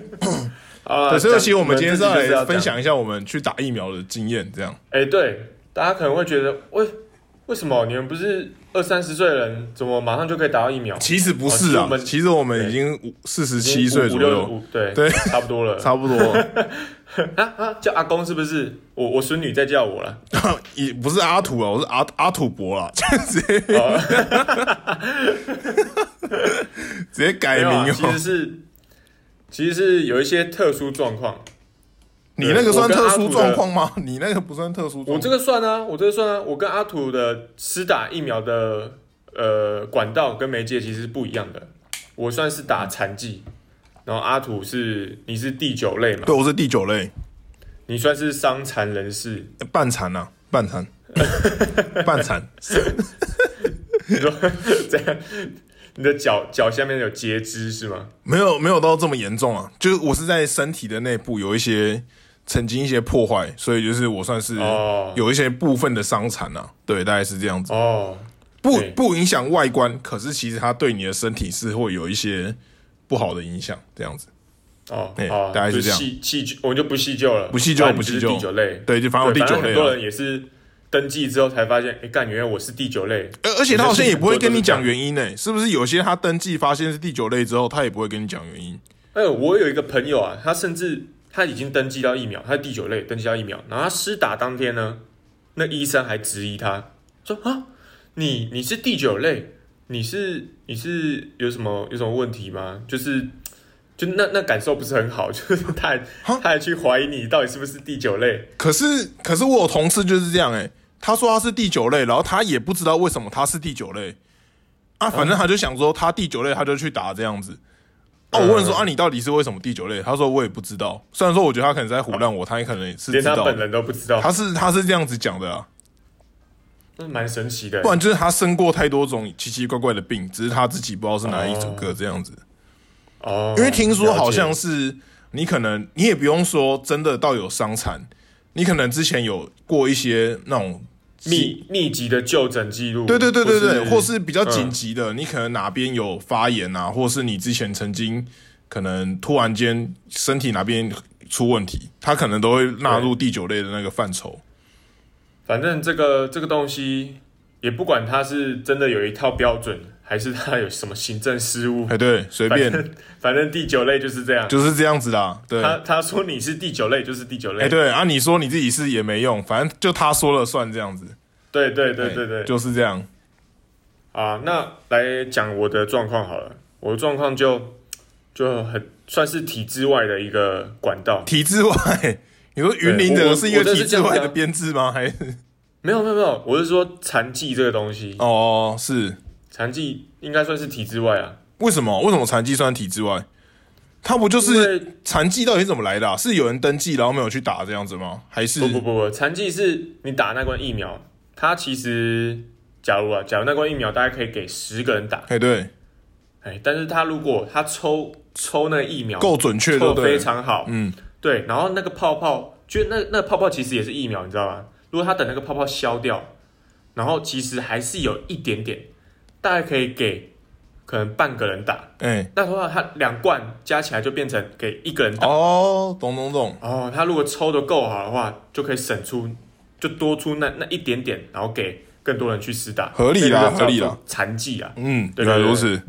[SPEAKER 2] 啊，
[SPEAKER 1] 对，所以
[SPEAKER 2] 讲
[SPEAKER 1] 其实我们今天是要
[SPEAKER 2] 你们自己就是
[SPEAKER 1] 来
[SPEAKER 2] 要
[SPEAKER 1] 分
[SPEAKER 2] 讲
[SPEAKER 1] 享一下我们去打疫苗的经验，这样。
[SPEAKER 2] 哎、对，大家可能会觉得，喂，为什么你们不是二三十岁的人，怎么马上就可以打到疫苗？
[SPEAKER 1] 其实不
[SPEAKER 2] 哦其
[SPEAKER 1] 是
[SPEAKER 2] 实
[SPEAKER 1] 啊
[SPEAKER 2] 我，们
[SPEAKER 1] 其实我们已经四十七岁
[SPEAKER 2] 五
[SPEAKER 1] 左
[SPEAKER 2] 五六
[SPEAKER 1] 右，
[SPEAKER 2] 五，对
[SPEAKER 1] 对
[SPEAKER 2] 差不多了。
[SPEAKER 1] 差不多，
[SPEAKER 2] 啊啊，叫阿公是不是？我我孙女在叫我了。
[SPEAKER 1] 也不是阿土啊，我是阿阿土伯啦， 直接
[SPEAKER 2] 哦
[SPEAKER 1] 直接改
[SPEAKER 2] 没有啊，
[SPEAKER 1] 名
[SPEAKER 2] 其实
[SPEAKER 1] 哦。
[SPEAKER 2] 是其实是有一些特殊状况。
[SPEAKER 1] 你那个算特殊
[SPEAKER 2] 我跟阿
[SPEAKER 1] 状
[SPEAKER 2] 土的
[SPEAKER 1] 况吗？你那个不算特殊状
[SPEAKER 2] 我
[SPEAKER 1] 况。
[SPEAKER 2] 这个算啊，我这个算啊，我跟阿土的施打疫苗的呃管道跟媒介其实是不一样的。我算是打残疾，然后阿土是你是第九类嘛？
[SPEAKER 1] 对，我是第九类，
[SPEAKER 2] 你算是伤残人士，
[SPEAKER 1] 半残啊，半残， 半残，
[SPEAKER 2] 你说这样，你的脚脚下面有截肢是吗？
[SPEAKER 1] 没有没有到这么严重啊，就是我是在身体的内部有一些曾经一些破坏，所以就是我算是
[SPEAKER 2] 哦
[SPEAKER 1] 有一些部分的伤残啊，对，大概是这样子，
[SPEAKER 2] 哦，
[SPEAKER 1] 不
[SPEAKER 2] 对
[SPEAKER 1] 不影响外观，可是其实它对你的身体是会有一些不好的影响，这样子，
[SPEAKER 2] 哦，
[SPEAKER 1] 哎
[SPEAKER 2] 好啊，
[SPEAKER 1] 大概是
[SPEAKER 2] 就
[SPEAKER 1] 这样
[SPEAKER 2] 细细究，我们就不细究了，
[SPEAKER 1] 不细究
[SPEAKER 2] 反
[SPEAKER 1] 不
[SPEAKER 2] 正你就
[SPEAKER 1] 细
[SPEAKER 2] 是
[SPEAKER 1] 究
[SPEAKER 2] 第九类，
[SPEAKER 1] 对，就反正我
[SPEAKER 2] 对，
[SPEAKER 1] 第
[SPEAKER 2] 反正
[SPEAKER 1] 九
[SPEAKER 2] 很
[SPEAKER 1] 类
[SPEAKER 2] 多
[SPEAKER 1] 啊，
[SPEAKER 2] 人也是登记之后才发现，哎，干，原来我是第九类，
[SPEAKER 1] 呃而而且他好像也不会跟你讲
[SPEAKER 2] 原。
[SPEAKER 1] 原因呢、是不是有些他登记发现是第九类之后，他也不会跟你讲原因？
[SPEAKER 2] 哎，我有一个朋友啊，他甚至他已经登记到疫苗，他是第九类登记到疫苗，然后他施打当天呢，那医生还质疑他说啊，你你是第九类，你是你是有什么有什么问题吗？就是就那那感受不是很好， 就是他还
[SPEAKER 1] 哈
[SPEAKER 2] 他还去怀疑你到底是不是第九类，
[SPEAKER 1] 可是，可是我有同事就是这样哎、他说他是第九类，然后他也不知道为什么他是第九类啊，反
[SPEAKER 2] 嗯
[SPEAKER 1] 正他就想说他第九类，他就去打这样子。啊，
[SPEAKER 2] 嗯
[SPEAKER 1] 我问说啊，你到底是为什么第九类？他说我也不知道。虽然说我觉得他可能在胡乱我，他也可能也是
[SPEAKER 2] 连
[SPEAKER 1] 知
[SPEAKER 2] 他
[SPEAKER 1] 道
[SPEAKER 2] 本
[SPEAKER 1] 的，
[SPEAKER 2] 人都不知道，
[SPEAKER 1] 他是他是这样子讲的啊，
[SPEAKER 2] 那蛮神奇的
[SPEAKER 1] 不。然就是他生过太多种奇奇怪怪的病，只是他自己不知道是哪一组个这样子。
[SPEAKER 2] 哦，
[SPEAKER 1] 因为听说好
[SPEAKER 2] 了
[SPEAKER 1] 像
[SPEAKER 2] 解
[SPEAKER 1] 是你可能你也不用说真的到有伤残，你可能之前有过一些那种
[SPEAKER 2] 密密集的就诊记录，
[SPEAKER 1] 对对对对对，或
[SPEAKER 2] 或
[SPEAKER 1] 是比较紧急的，你可能哪边有发炎啊，或是你之前曾经可能突然间身体哪边出问题，它可能都会纳入第九类的那个范畴。
[SPEAKER 2] 反正这个这个东西，也不管它是真的有一套标准，还是它有什么行政失误，
[SPEAKER 1] 哎，对，随
[SPEAKER 2] 反
[SPEAKER 1] 便
[SPEAKER 2] 正反正第九类就是这样。
[SPEAKER 1] 就是这样子啦。对，
[SPEAKER 2] 他他说你是第九类，就是第九类。
[SPEAKER 1] 哎，对啊，你说你自己是也没用，反正就他说了算这样子。
[SPEAKER 2] 对对对
[SPEAKER 1] 哎
[SPEAKER 2] 对对
[SPEAKER 1] 就是这样。
[SPEAKER 2] 啊！那来讲我的状况好了，我的状况就就很算是体制外的一个管道，
[SPEAKER 1] 体制外，你说云林
[SPEAKER 2] 对
[SPEAKER 1] 的
[SPEAKER 2] 我我
[SPEAKER 1] 是一个
[SPEAKER 2] 我这是
[SPEAKER 1] 体制
[SPEAKER 2] 这样
[SPEAKER 1] 外
[SPEAKER 2] 的
[SPEAKER 1] 的编制吗？还是
[SPEAKER 2] 没有没有没有，我是说残疾这个东西，
[SPEAKER 1] 哦，是
[SPEAKER 2] 残疾应该算是体制外啊，
[SPEAKER 1] 为什么？为什么残疾算体制外？他不就是
[SPEAKER 2] 因为
[SPEAKER 1] 残疾到底是怎么来的、啊？是有人登记然后没有去打这样子吗？还是
[SPEAKER 2] 不不不不，残疾是你打那关疫苗，它其实假如啊，假如那关疫苗大概可以给十个人打，
[SPEAKER 1] 哎对，
[SPEAKER 2] 哎，但是他如果他抽抽那个疫苗
[SPEAKER 1] 够准确
[SPEAKER 2] 抽
[SPEAKER 1] 就
[SPEAKER 2] 得
[SPEAKER 1] 对
[SPEAKER 2] 非
[SPEAKER 1] 了。
[SPEAKER 2] 常好，
[SPEAKER 1] 嗯，
[SPEAKER 2] 对，然后那个泡泡，就那那个泡泡其实也是疫苗，你知道吗？如果他等那个泡泡消掉，然后其实还是有一点点，大概可以给可能半个人打，
[SPEAKER 1] 哎、
[SPEAKER 2] 那的话他两罐加起来就变成给一个人打。
[SPEAKER 1] 哦，懂懂懂，
[SPEAKER 2] 哦，他如果抽的够好的话，就可以省出，就多出那那一点点，然后给更多人去施打，
[SPEAKER 1] 合理啦
[SPEAKER 2] 这个叫做
[SPEAKER 1] 合理啦，
[SPEAKER 2] 残疾啊。
[SPEAKER 1] 嗯，
[SPEAKER 2] 对
[SPEAKER 1] 原来
[SPEAKER 2] 对对
[SPEAKER 1] 如此。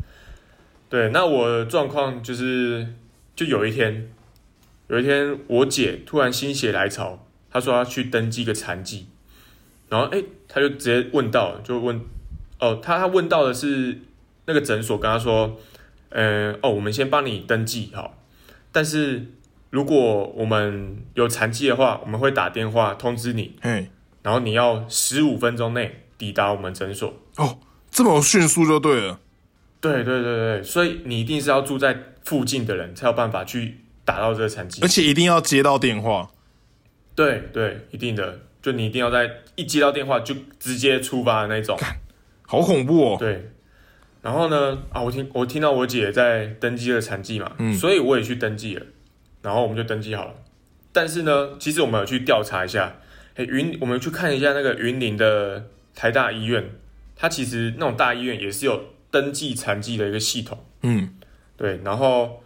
[SPEAKER 2] 对，那我的状况就是，就有一天，有一天我姐突然心血来潮，她说她去登记一个残疾，然后哎，她就直接问到，就问，哦，她她问到的是那个诊所跟她说，呃，哦，我们先帮你登记好，但是如果我们有残疾的话，我们会打电话通知你，
[SPEAKER 1] 嘿，
[SPEAKER 2] 然后你要十五分钟内抵达我们诊所。
[SPEAKER 1] 哦，这么迅速就对了。
[SPEAKER 2] 对对对对，所以你一定是要住在附近的人才有办法去打到这个残疾
[SPEAKER 1] 而。且一定要接到电话，
[SPEAKER 2] 对对，一定的，就你一定要在一接到电话就直接出发的那种。
[SPEAKER 1] 好恐怖哦。
[SPEAKER 2] 对，然后呢，啊，我听我听到我姐在登记这个残疾嘛，
[SPEAKER 1] 嗯
[SPEAKER 2] 所以我也去登记了，然后我们就登记好了。但是呢，其实我们有去调查一下，哎，云，我们去看一下那个云林的台大医院，它其实那种大医院也是有登记残疾的一个系统。
[SPEAKER 1] 嗯，
[SPEAKER 2] 对，然后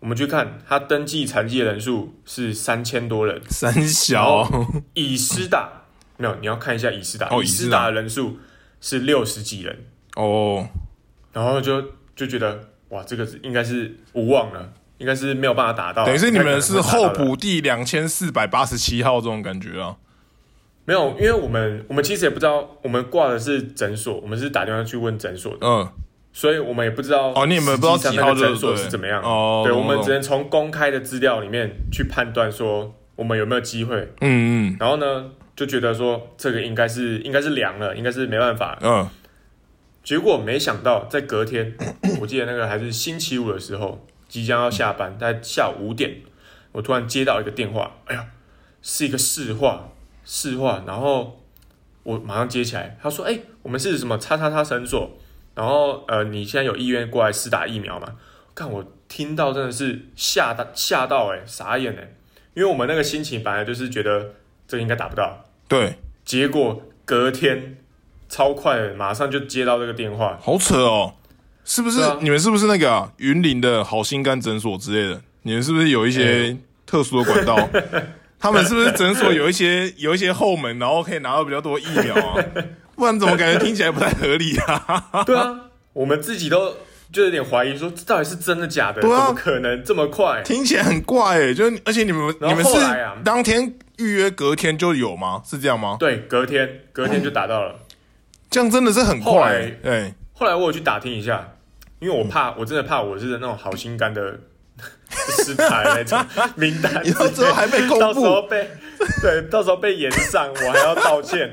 [SPEAKER 2] 我们去看他登记残疾的人数是三千多人，
[SPEAKER 1] 三小，
[SPEAKER 2] 已施打没有，你要看一下已施打，
[SPEAKER 1] 哦
[SPEAKER 2] 已
[SPEAKER 1] 已
[SPEAKER 2] 施
[SPEAKER 1] 施打
[SPEAKER 2] 打的人数是六十几人，
[SPEAKER 1] 哦，
[SPEAKER 2] 然后就就觉得哇，这个是应该是无望了，应该是没有办法达到了，
[SPEAKER 1] 等于是你
[SPEAKER 2] 不太可
[SPEAKER 1] 们
[SPEAKER 2] 能
[SPEAKER 1] 是
[SPEAKER 2] 会达到
[SPEAKER 1] 候
[SPEAKER 2] 的，
[SPEAKER 1] 补第两千四百八十七号这种感觉啊。
[SPEAKER 2] 没有，因为我们我们其实也不知道，我们挂的是诊所，我们是打电话去问诊所的，
[SPEAKER 1] 嗯，
[SPEAKER 2] 所以我们也不知道
[SPEAKER 1] 哦你也没有不知道
[SPEAKER 2] 实际
[SPEAKER 1] 几
[SPEAKER 2] 上
[SPEAKER 1] 号
[SPEAKER 2] 那个诊
[SPEAKER 1] 就
[SPEAKER 2] 所
[SPEAKER 1] 对
[SPEAKER 2] 是怎么样
[SPEAKER 1] 哦
[SPEAKER 2] 对，我
[SPEAKER 1] 懂
[SPEAKER 2] 们
[SPEAKER 1] 懂
[SPEAKER 2] 只能从公开的资料里面去判断说我们有没有机会。
[SPEAKER 1] 嗯嗯
[SPEAKER 2] 然后呢，就觉得说这个应该是应该是凉了，应该是没办法。
[SPEAKER 1] 嗯，
[SPEAKER 2] 结果没想到在隔天， 我记得那个还是星期五的时候，即将要下班，在下午五点，我突然接到一个电话，哎呀，是一个市话，市话，然后我马上接起来，他说：“哎、我们是什么叉叉叉诊所，然后呃，你现在有意愿过来试打疫苗吗？”看我听到真的是吓到吓到哎、傻眼哎、因为我们那个心情本来就是觉得这个应该打不到，
[SPEAKER 1] 对，
[SPEAKER 2] 结果隔天超快的，马上就接到这个电话，
[SPEAKER 1] 好扯哦，是不是？
[SPEAKER 2] 对啊
[SPEAKER 1] 你们是不是那个啊云、林的好心肝诊所之类的？你们是不是有一
[SPEAKER 2] 哎
[SPEAKER 1] 些特殊的管 道？他们是不是诊所有一些有一些后门，然后可以拿到比较多疫苗 啊？不然怎么感觉听起来不太合理啊？
[SPEAKER 2] 对啊，我们自己都就有点怀疑说，这到底是真的假的？
[SPEAKER 1] 对啊
[SPEAKER 2] 怎么可能这么快？
[SPEAKER 1] 听起来很怪诶、就是而且你们
[SPEAKER 2] 然
[SPEAKER 1] 你
[SPEAKER 2] 后
[SPEAKER 1] 们是
[SPEAKER 2] 后来啊
[SPEAKER 1] 当天预约，隔天就有吗？是这样吗？
[SPEAKER 2] 对，隔天隔天就打到了。
[SPEAKER 1] 这样真的是很
[SPEAKER 2] 后
[SPEAKER 1] 快、
[SPEAKER 2] 来
[SPEAKER 1] 欸，哎，
[SPEAKER 2] 后来我有去打听一下，因为我怕，我真的怕我是那种好心肝的 失败 那种名单，
[SPEAKER 1] 然后最后还被公
[SPEAKER 2] 到时候
[SPEAKER 1] 布，
[SPEAKER 2] 被对，到时候被延上，我还要道歉。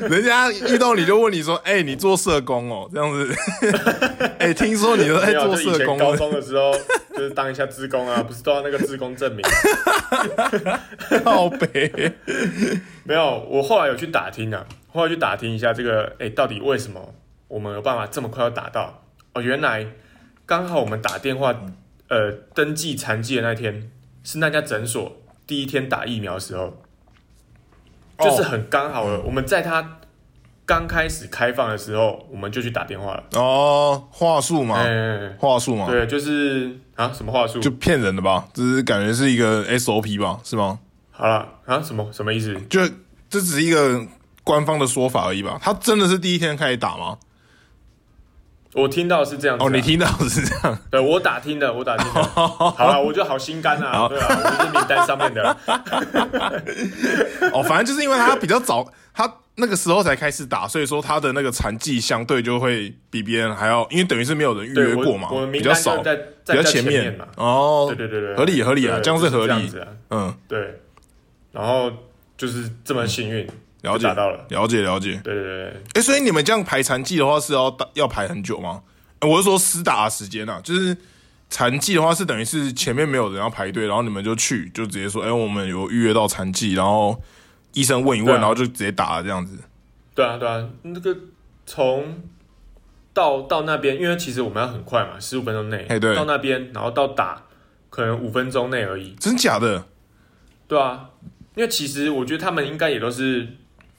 [SPEAKER 1] 人家遇到你就问你说：“哎、你做社工哦？”这样子， 哎、听说你 都在
[SPEAKER 2] 没有，
[SPEAKER 1] 做
[SPEAKER 2] 就以
[SPEAKER 1] 社
[SPEAKER 2] 前
[SPEAKER 1] 工
[SPEAKER 2] 高
[SPEAKER 1] 哦，
[SPEAKER 2] 中的时候，就是当一下志工啊，不是都要那个志工证明？
[SPEAKER 1] 靠北，
[SPEAKER 2] 没有，我后来有去打听啊，后来去打听一下这个，哎、到底为什么我们有办法这么快要打到？哦，原来刚好我们打电话，呃，登记残疾的那天是那家诊所第一天打疫苗的时候，
[SPEAKER 1] 哦
[SPEAKER 2] 就是很刚好的，我们在他刚开始开放的时候，我们就去打电话了。
[SPEAKER 1] 哦，话术嘛，
[SPEAKER 2] 嗯、
[SPEAKER 1] 话术嘛，
[SPEAKER 2] 对，就是啊，什么话术？
[SPEAKER 1] 哦就骗人的吧？这是感觉是一个 SOP 吧？是吗？
[SPEAKER 2] 好了啊，什么什么意思？
[SPEAKER 1] 就这只是一个官方的说法而已吧？他真的是第一天开始打吗？
[SPEAKER 2] 我听到是这样子、啊。
[SPEAKER 1] 哦，你听到是这样。
[SPEAKER 2] 对我打听的，我打听 的。好了，我就好心肝啊，对啊，我就是名单上面的。
[SPEAKER 1] 哦，反正就是因为他比较早，他那个时候才开始打，所以说他的那个残绩相对就会比别人还要，因为等于是没有人预
[SPEAKER 2] 对
[SPEAKER 1] 约
[SPEAKER 2] 我
[SPEAKER 1] 过嘛
[SPEAKER 2] 我，们
[SPEAKER 1] 比
[SPEAKER 2] 名
[SPEAKER 1] 较
[SPEAKER 2] 单
[SPEAKER 1] 少，
[SPEAKER 2] 就在
[SPEAKER 1] 比
[SPEAKER 2] 在
[SPEAKER 1] 较
[SPEAKER 2] 在前
[SPEAKER 1] 面
[SPEAKER 2] 嘛。
[SPEAKER 1] 哦，
[SPEAKER 2] 对对对对，
[SPEAKER 1] 合理合理啊
[SPEAKER 2] 对
[SPEAKER 1] 这样是合理
[SPEAKER 2] 就是这样子啊。
[SPEAKER 1] 嗯，
[SPEAKER 2] 对，然后就是这么幸运，
[SPEAKER 1] 了解
[SPEAKER 2] 就打到了。
[SPEAKER 1] 了解了解。
[SPEAKER 2] 对对对对，
[SPEAKER 1] 哎、所以你们这样排残绩的话是要打要排很久吗？诶我是说实打的时间啊，就是残绩的话是等于是前面没有人要排队，然后你们就去，就直接说，哎、我们有预约到残绩，然后医生问一问，
[SPEAKER 2] 对啊
[SPEAKER 1] 然后就直接打了这样子。
[SPEAKER 2] 对啊对啊，那个从到到那边，因为其实我们要很快嘛，十五分钟内
[SPEAKER 1] 哎对
[SPEAKER 2] 到那边，然后到打可能五分钟内而已。
[SPEAKER 1] 真假的？
[SPEAKER 2] 对啊，因为其实我觉得他们应该也都是，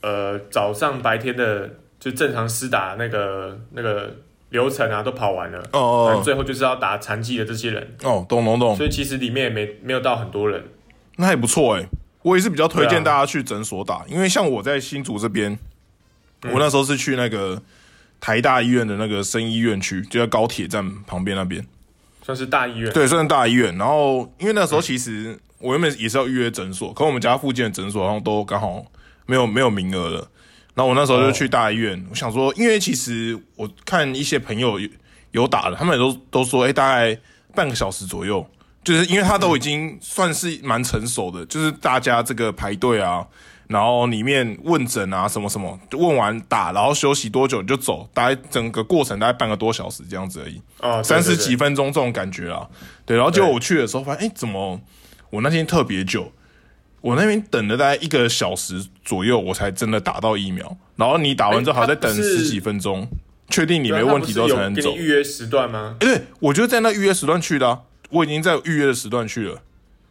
[SPEAKER 2] 呃，早上白天的就正常施打那个那个流程啊，都跑完了，
[SPEAKER 1] 哦
[SPEAKER 2] 反
[SPEAKER 1] 哦
[SPEAKER 2] 正最后就是要打残疾的这些人，
[SPEAKER 1] 哦，懂懂懂。
[SPEAKER 2] 所以其实里面也没没有到很多人。
[SPEAKER 1] 那还不错哎、我也是比较推荐
[SPEAKER 2] 对
[SPEAKER 1] 大家去诊所打，因为像我在新竹这边，我那时候是去那个台大医院的那个生医院区，就在高铁站旁边那边，
[SPEAKER 2] 算是大医院，
[SPEAKER 1] 对，算是大医院。然后因为那时候其实我原本也是要预约诊所，可我们家附近的诊所好像都刚好没有没有名额了。然后我那时候就去大医院，我想说，因为其实我看一些朋友有有打了，他们也都都说，哎、大概半个小时左右，就是因为他都已经算是蛮成熟的，就是大家这个排队啊，然后里面问诊啊什么什么，问完打，然后休息多久你就走，大概整个过程大概半个多小时这样子而已。
[SPEAKER 2] 哦，对
[SPEAKER 1] 三十，
[SPEAKER 2] 对
[SPEAKER 1] 几
[SPEAKER 2] 对
[SPEAKER 1] 分钟这种感觉啦。对，然后结果
[SPEAKER 2] 对
[SPEAKER 1] 我去的时候发现，哎、怎么我那天特别久？我那边等了大概一个小时左右，我才真的打到疫苗。然后你打完之后，还
[SPEAKER 2] 诶
[SPEAKER 1] 要再
[SPEAKER 2] 它
[SPEAKER 1] 等
[SPEAKER 2] 哎不是
[SPEAKER 1] 十几分钟，确定你
[SPEAKER 2] 对啊
[SPEAKER 1] 没问题之后才
[SPEAKER 2] 他
[SPEAKER 1] 能
[SPEAKER 2] 不是
[SPEAKER 1] 走
[SPEAKER 2] 有给。你预约时段吗？
[SPEAKER 1] 哎、对，我就在那预约时段去的、啊，我已经在预约的时段去了。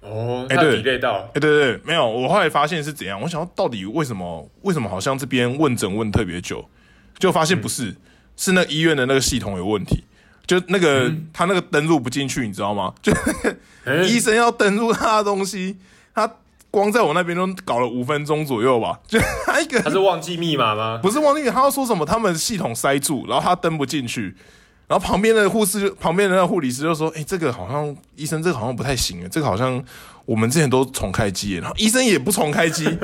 [SPEAKER 2] 哦，
[SPEAKER 1] 哎
[SPEAKER 2] 他
[SPEAKER 1] 对
[SPEAKER 2] delay 到，
[SPEAKER 1] 哎、对对对，没有，我后来发现是怎样？我想要到底为什么？为什么好像这边问诊问特别久，就发现不
[SPEAKER 2] 嗯
[SPEAKER 1] 是，是那医院的那个系统有问题，就那个、
[SPEAKER 2] 嗯
[SPEAKER 1] 他那个登录不进去，你知道吗？就
[SPEAKER 2] 哎
[SPEAKER 1] 医生要登录他的东西，他光在我那边都搞了五分钟左右吧，就他一个
[SPEAKER 2] 他是忘记密码吗？
[SPEAKER 1] 不是王丽，他要说什么，他们系统塞住，然后他登不进去。然后旁边的护士就，旁边的那个护理师就说：“哎、这个好像医生，这个好像不太行，欸这个好像我们之前都重开机欸耶，然后医生也不重开机，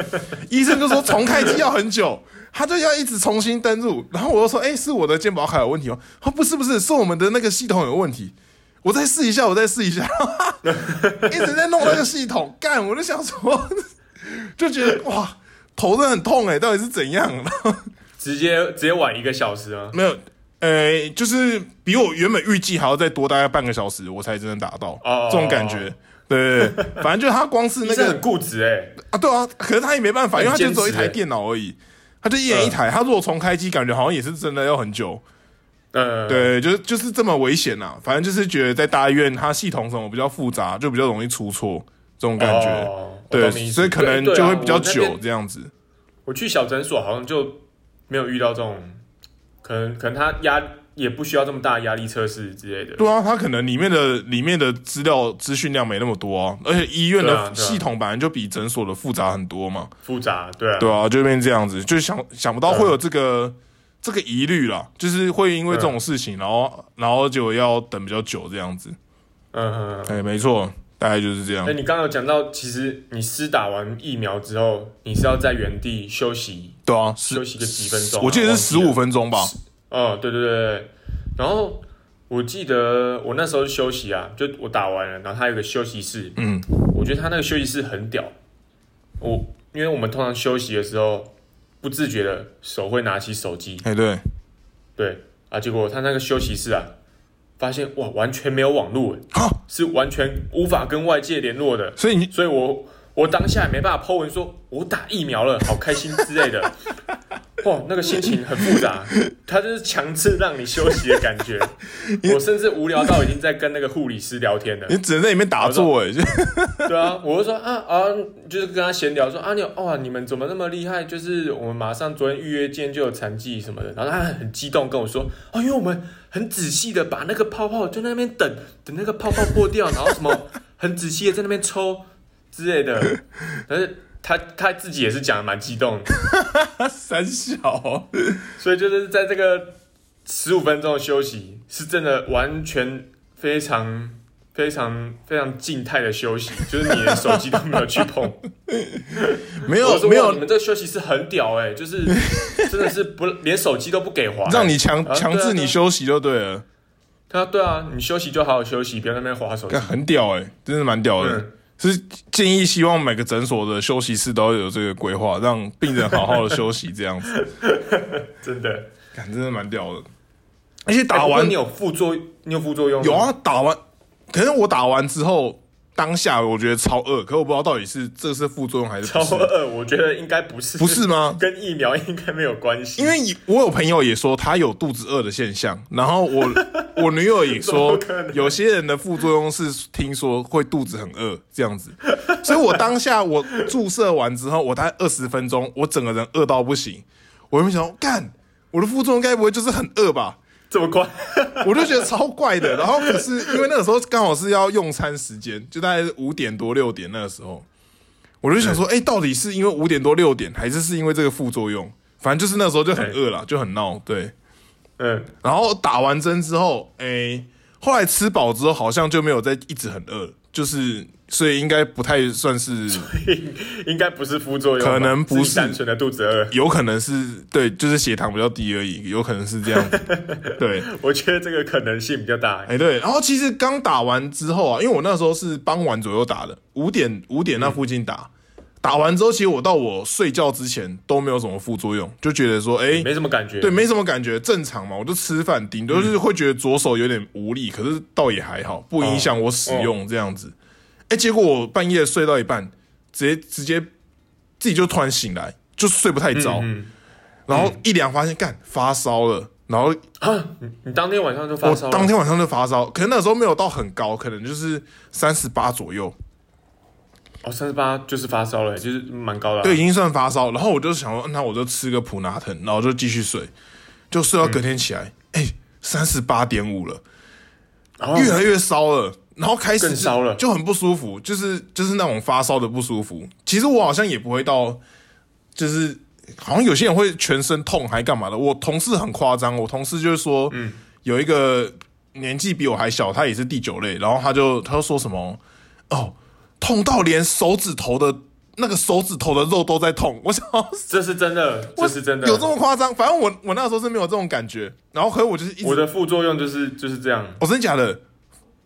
[SPEAKER 1] 医生就说重开机要很久，他就要一直重新登录。然后我又说：哎、是我的健保卡有问题吗？哦他说不是不是，是我们的那个系统有问题。我再试一下，我再试一下，一直在弄那个系统，干，我就想说， 就觉得哇，头真的很痛哎、到底是怎样？然后
[SPEAKER 2] 直接直接晚一个小时吗？
[SPEAKER 1] 没有，呃，就是比我原本预计还要再多大概半个小时，我才真的打到
[SPEAKER 2] 哦
[SPEAKER 1] 这种感觉。对对对， 反正就是他光是
[SPEAKER 2] 医
[SPEAKER 1] 那
[SPEAKER 2] 生
[SPEAKER 1] 个
[SPEAKER 2] 很固执哎、
[SPEAKER 1] 啊，对啊，可是他也没办法，因为他就只有一
[SPEAKER 2] 很坚持嗯
[SPEAKER 1] 台
[SPEAKER 2] 欸
[SPEAKER 1] 电脑而已，他就一人一台。他如果重开机，感觉好像也是真的要很久。
[SPEAKER 2] 呃，，
[SPEAKER 1] 对，就是就是这么危险呐、反正就是觉得在大医院，它系统什么比较复杂，就比较容易出错这种感觉。
[SPEAKER 2] 哦、我
[SPEAKER 1] 对
[SPEAKER 2] 懂你，意思
[SPEAKER 1] 所以可能
[SPEAKER 2] 对对
[SPEAKER 1] 就
[SPEAKER 2] 啊
[SPEAKER 1] 会比较
[SPEAKER 2] 我那
[SPEAKER 1] 久
[SPEAKER 2] 边
[SPEAKER 1] 这样子。
[SPEAKER 2] 我去小诊所好像就没有遇到这种，可能可能他压也不需要这么大压力测试之类的。
[SPEAKER 1] 对啊，它可能里面的里面的资料资讯量没那么多啊，而且医院
[SPEAKER 2] 对啊
[SPEAKER 1] 的
[SPEAKER 2] 对啊
[SPEAKER 1] 系统本来就比诊所的复杂很多嘛。
[SPEAKER 2] 复杂，对啊，
[SPEAKER 1] 对啊，就变这样子，就想想不到
[SPEAKER 2] 嗯
[SPEAKER 1] 会有这个、这个疑虑啦，就是会因为这种事情，然后然后就要等比较久这样子。
[SPEAKER 2] 嗯嗯。嗯
[SPEAKER 1] 哎、没错，大概就是这样
[SPEAKER 2] 那。哎你刚刚有讲到，其实你施打完疫苗之后，你是要在原地休息，
[SPEAKER 1] 对啊，
[SPEAKER 2] 休息个几分钟啊
[SPEAKER 1] 我记得是十
[SPEAKER 2] 忘记了
[SPEAKER 1] 五分钟吧。
[SPEAKER 2] 哦，对对对对。然后我记得我那时候休息啊，就我打完了，然后他有个休息室，
[SPEAKER 1] 嗯，
[SPEAKER 2] 我觉得他那个休息室很屌。我因为我们通常休息的时候，不自觉的手会拿起手机，
[SPEAKER 1] 哎、对，
[SPEAKER 2] 对啊，结果他那个休息室啊，发现哇完全没有网络欸，
[SPEAKER 1] 好、
[SPEAKER 2] 是完全无法跟外界联络的，
[SPEAKER 1] 所以你
[SPEAKER 2] 所以我我当下也没办法 Po 文说我打疫苗了，好开心之类的。 哇，那个心情很复杂，他就是强制让你休息的感觉。我甚至无聊到已经在跟那个护理师聊天了。
[SPEAKER 1] 你只能在里面打坐 哎、就
[SPEAKER 2] 对啊，我就说啊啊，就是跟他闲聊说啊，你哇，你们怎么那么厉害？就是我们马上昨天预约见就有残疾什么的，然后他很激动跟我说啊，因为我们很仔细的把那个泡泡就在那边等等那个泡泡破掉，然后什么 很仔细的在那边抽之类的，但是他他自己也是讲的蛮激动的，
[SPEAKER 1] 三小，
[SPEAKER 2] 所以就是在这个十五分钟的休息，是真的完全非常。非常非常静态的休息，就是你连手机都没有去碰，
[SPEAKER 1] 没
[SPEAKER 2] 我
[SPEAKER 1] 有
[SPEAKER 2] 说
[SPEAKER 1] 没
[SPEAKER 2] 哇你
[SPEAKER 1] 有
[SPEAKER 2] 们这个休息室很屌哎、就是真的是不连手机都不给滑、
[SPEAKER 1] 让你强
[SPEAKER 2] 啊
[SPEAKER 1] 强
[SPEAKER 2] 对啊
[SPEAKER 1] 制
[SPEAKER 2] 对
[SPEAKER 1] 你
[SPEAKER 2] 啊
[SPEAKER 1] 休息就对了，
[SPEAKER 2] 他对啊，你休息就好好休息，不要在那边滑手机
[SPEAKER 1] 干。很屌哎、真的蛮屌的。
[SPEAKER 2] 嗯
[SPEAKER 1] 是建议希望每个诊所的休息室都要有这个规划，让病人好好的休息，这样 子，
[SPEAKER 2] 真的。
[SPEAKER 1] 感真的蛮屌的。而且
[SPEAKER 2] 哎
[SPEAKER 1] 打
[SPEAKER 2] 不过
[SPEAKER 1] 完、
[SPEAKER 2] 你有副作你有副作用吗
[SPEAKER 1] 有， 啊，打完，可是我打完之后，当下我觉得超饿，可我不知道到底是这是副作用还是不
[SPEAKER 2] 超
[SPEAKER 1] 是
[SPEAKER 2] 二，我觉得应该不是，
[SPEAKER 1] 不是吗？
[SPEAKER 2] 跟疫苗应该没有关系，
[SPEAKER 1] 因为我有朋友也说他有肚子饿的现象，然后 我我女友也说
[SPEAKER 2] 怎么可，能
[SPEAKER 1] 有些人的副作用是听说会肚子很饿这样子，所以我当下我注射完之后，我大概二十分钟，我整个人饿到不行，我就想说干，我的副作用该不会就是很饿吧？
[SPEAKER 2] 这么快，
[SPEAKER 1] 我就觉得超怪的。然后可是因为那个时候刚好是要用餐时间，就大概是五点多六点那个时候，我就想说，哎、到底是因为五点多六点，还是是因为这个副作用？反正就是那时候就很饿啦，就很闹，对。
[SPEAKER 2] 嗯，
[SPEAKER 1] 然后打完针之后，哎、后来吃饱之后好像就没有再一直很饿，就是所以应该不太算是，
[SPEAKER 2] 应该不是副作用吧，
[SPEAKER 1] 可能不是
[SPEAKER 2] 你单纯的肚子饿。
[SPEAKER 1] 有可能是对，就是血糖比较低而已，有可能是这样子，对。
[SPEAKER 2] 我觉得这个可能性比较大。
[SPEAKER 1] 哎、对，然后其实刚打完之后啊，因为我那时候是傍晚左右打的，五点五点那附近打，打完之后，其实我到我睡觉之前都没有什么副作用，就觉得说，哎、
[SPEAKER 2] 没什么感觉，
[SPEAKER 1] 对，，没什么感觉，正常嘛，我就吃饭，顶多
[SPEAKER 2] 嗯
[SPEAKER 1] 就是会觉得左手有点无力，可是倒也还好，不影
[SPEAKER 2] 哦
[SPEAKER 1] 响我使用这样子。哎、结果我半夜睡到一半，直接直接自己就突然醒来，就睡不太着，
[SPEAKER 2] 嗯
[SPEAKER 1] 然后一量发现干发烧了，然后
[SPEAKER 2] 啊，你你当天晚上就发
[SPEAKER 1] 我
[SPEAKER 2] 烧了，
[SPEAKER 1] 当天晚上就发烧，可能那时候没有到很高，可能就是三十八左右，
[SPEAKER 2] 哦三十八就是发烧了，就是蛮高的啊，
[SPEAKER 1] 对，已经算发烧。然后我就想说，那我就吃个普拿疼，然后就继续睡，就睡到隔天起来，哎、三十八点五了，
[SPEAKER 2] 然后
[SPEAKER 1] 越来越烧了，然后开始
[SPEAKER 2] 更
[SPEAKER 1] 就
[SPEAKER 2] 烧了
[SPEAKER 1] 就很不舒服，就是就是那种发烧的不舒服。其实我好像也不会到，就是好像有些人会全身痛还干嘛的。我同事很夸张，我同事就是说，嗯，有一个年纪比我还小，他也是第九类，然后他就他就说什么哦，痛到连手指头的那个手指头的肉都在痛，我想要死。
[SPEAKER 2] 这是真的，这是真的，
[SPEAKER 1] 有这么夸张？反正我我那时候是没有这种感觉，然后可是我就是一直，
[SPEAKER 2] 我
[SPEAKER 1] 我、
[SPEAKER 2] 的副作用就是就是这样，
[SPEAKER 1] 真的假的？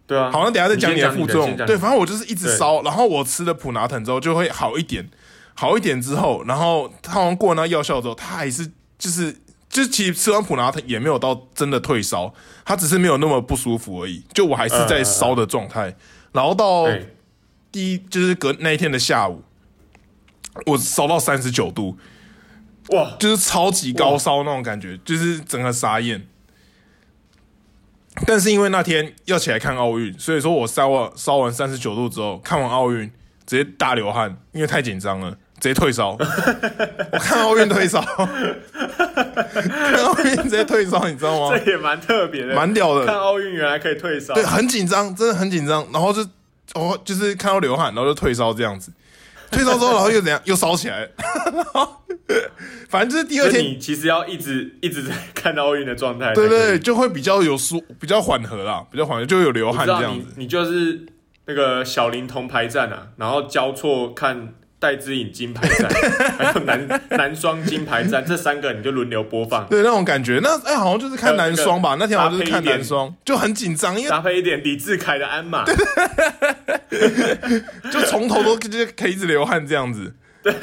[SPEAKER 2] 对啊。
[SPEAKER 1] 好，那等一下再讲
[SPEAKER 2] 你
[SPEAKER 1] 的
[SPEAKER 2] 先
[SPEAKER 1] 副
[SPEAKER 2] 你的
[SPEAKER 1] 作
[SPEAKER 2] 先
[SPEAKER 1] 用。
[SPEAKER 2] 讲你
[SPEAKER 1] 对，
[SPEAKER 2] 的
[SPEAKER 1] 反正我就是一直烧，然后我吃了普拿疼之后就会好一点，好一点之后，然后他好像过了那药效之后，他还是就是就其实吃完普拿疼也没有到真的退烧，他只是没有那么不舒服而已。就我还是在烧的状态，然后到
[SPEAKER 2] 嗯对
[SPEAKER 1] 第一就是隔那一天的下午，我烧到三十九度，
[SPEAKER 2] 哇，
[SPEAKER 1] 就是超级高烧那种感觉，就是整个傻眼。但是因为那天要起来看奥运，所以说我烧完烧完三十九度之后，看完奥运直接大流汗，因为太紧张了，直接退烧。我看奥运退烧， 看奥运直接退烧，你知道吗
[SPEAKER 2] 这？也蛮特别的，
[SPEAKER 1] 蛮屌的
[SPEAKER 2] 看奥运原来可以退烧，
[SPEAKER 1] 对，很紧张，真的很紧张。然后就哦，就是看到流汗，然后就退烧这样子。退烧之后，然后又怎样？又烧起来 了。反正就是第二
[SPEAKER 2] 所以
[SPEAKER 1] 天
[SPEAKER 2] 你其实要一直一直在看奥运的状态才可以，
[SPEAKER 1] 对对，对就会比较有舒，比较缓和啦，比较缓和，就会有流
[SPEAKER 2] 我
[SPEAKER 1] 汗
[SPEAKER 2] 知
[SPEAKER 1] 这
[SPEAKER 2] 道
[SPEAKER 1] 样
[SPEAKER 2] 你
[SPEAKER 1] 子。
[SPEAKER 2] 你就是那个小林铜牌战啊，然后交错看戴资颖金牌 战，还有男男双金牌战，这三个你就轮流播放，
[SPEAKER 1] 对，那种感觉，那哎、好像就是看男双吧，那天好像就是看男双，就很紧张，因为
[SPEAKER 2] 搭配一点李志凯的鞍马，
[SPEAKER 1] 就从头都就是可以一直流汗这样 子，对，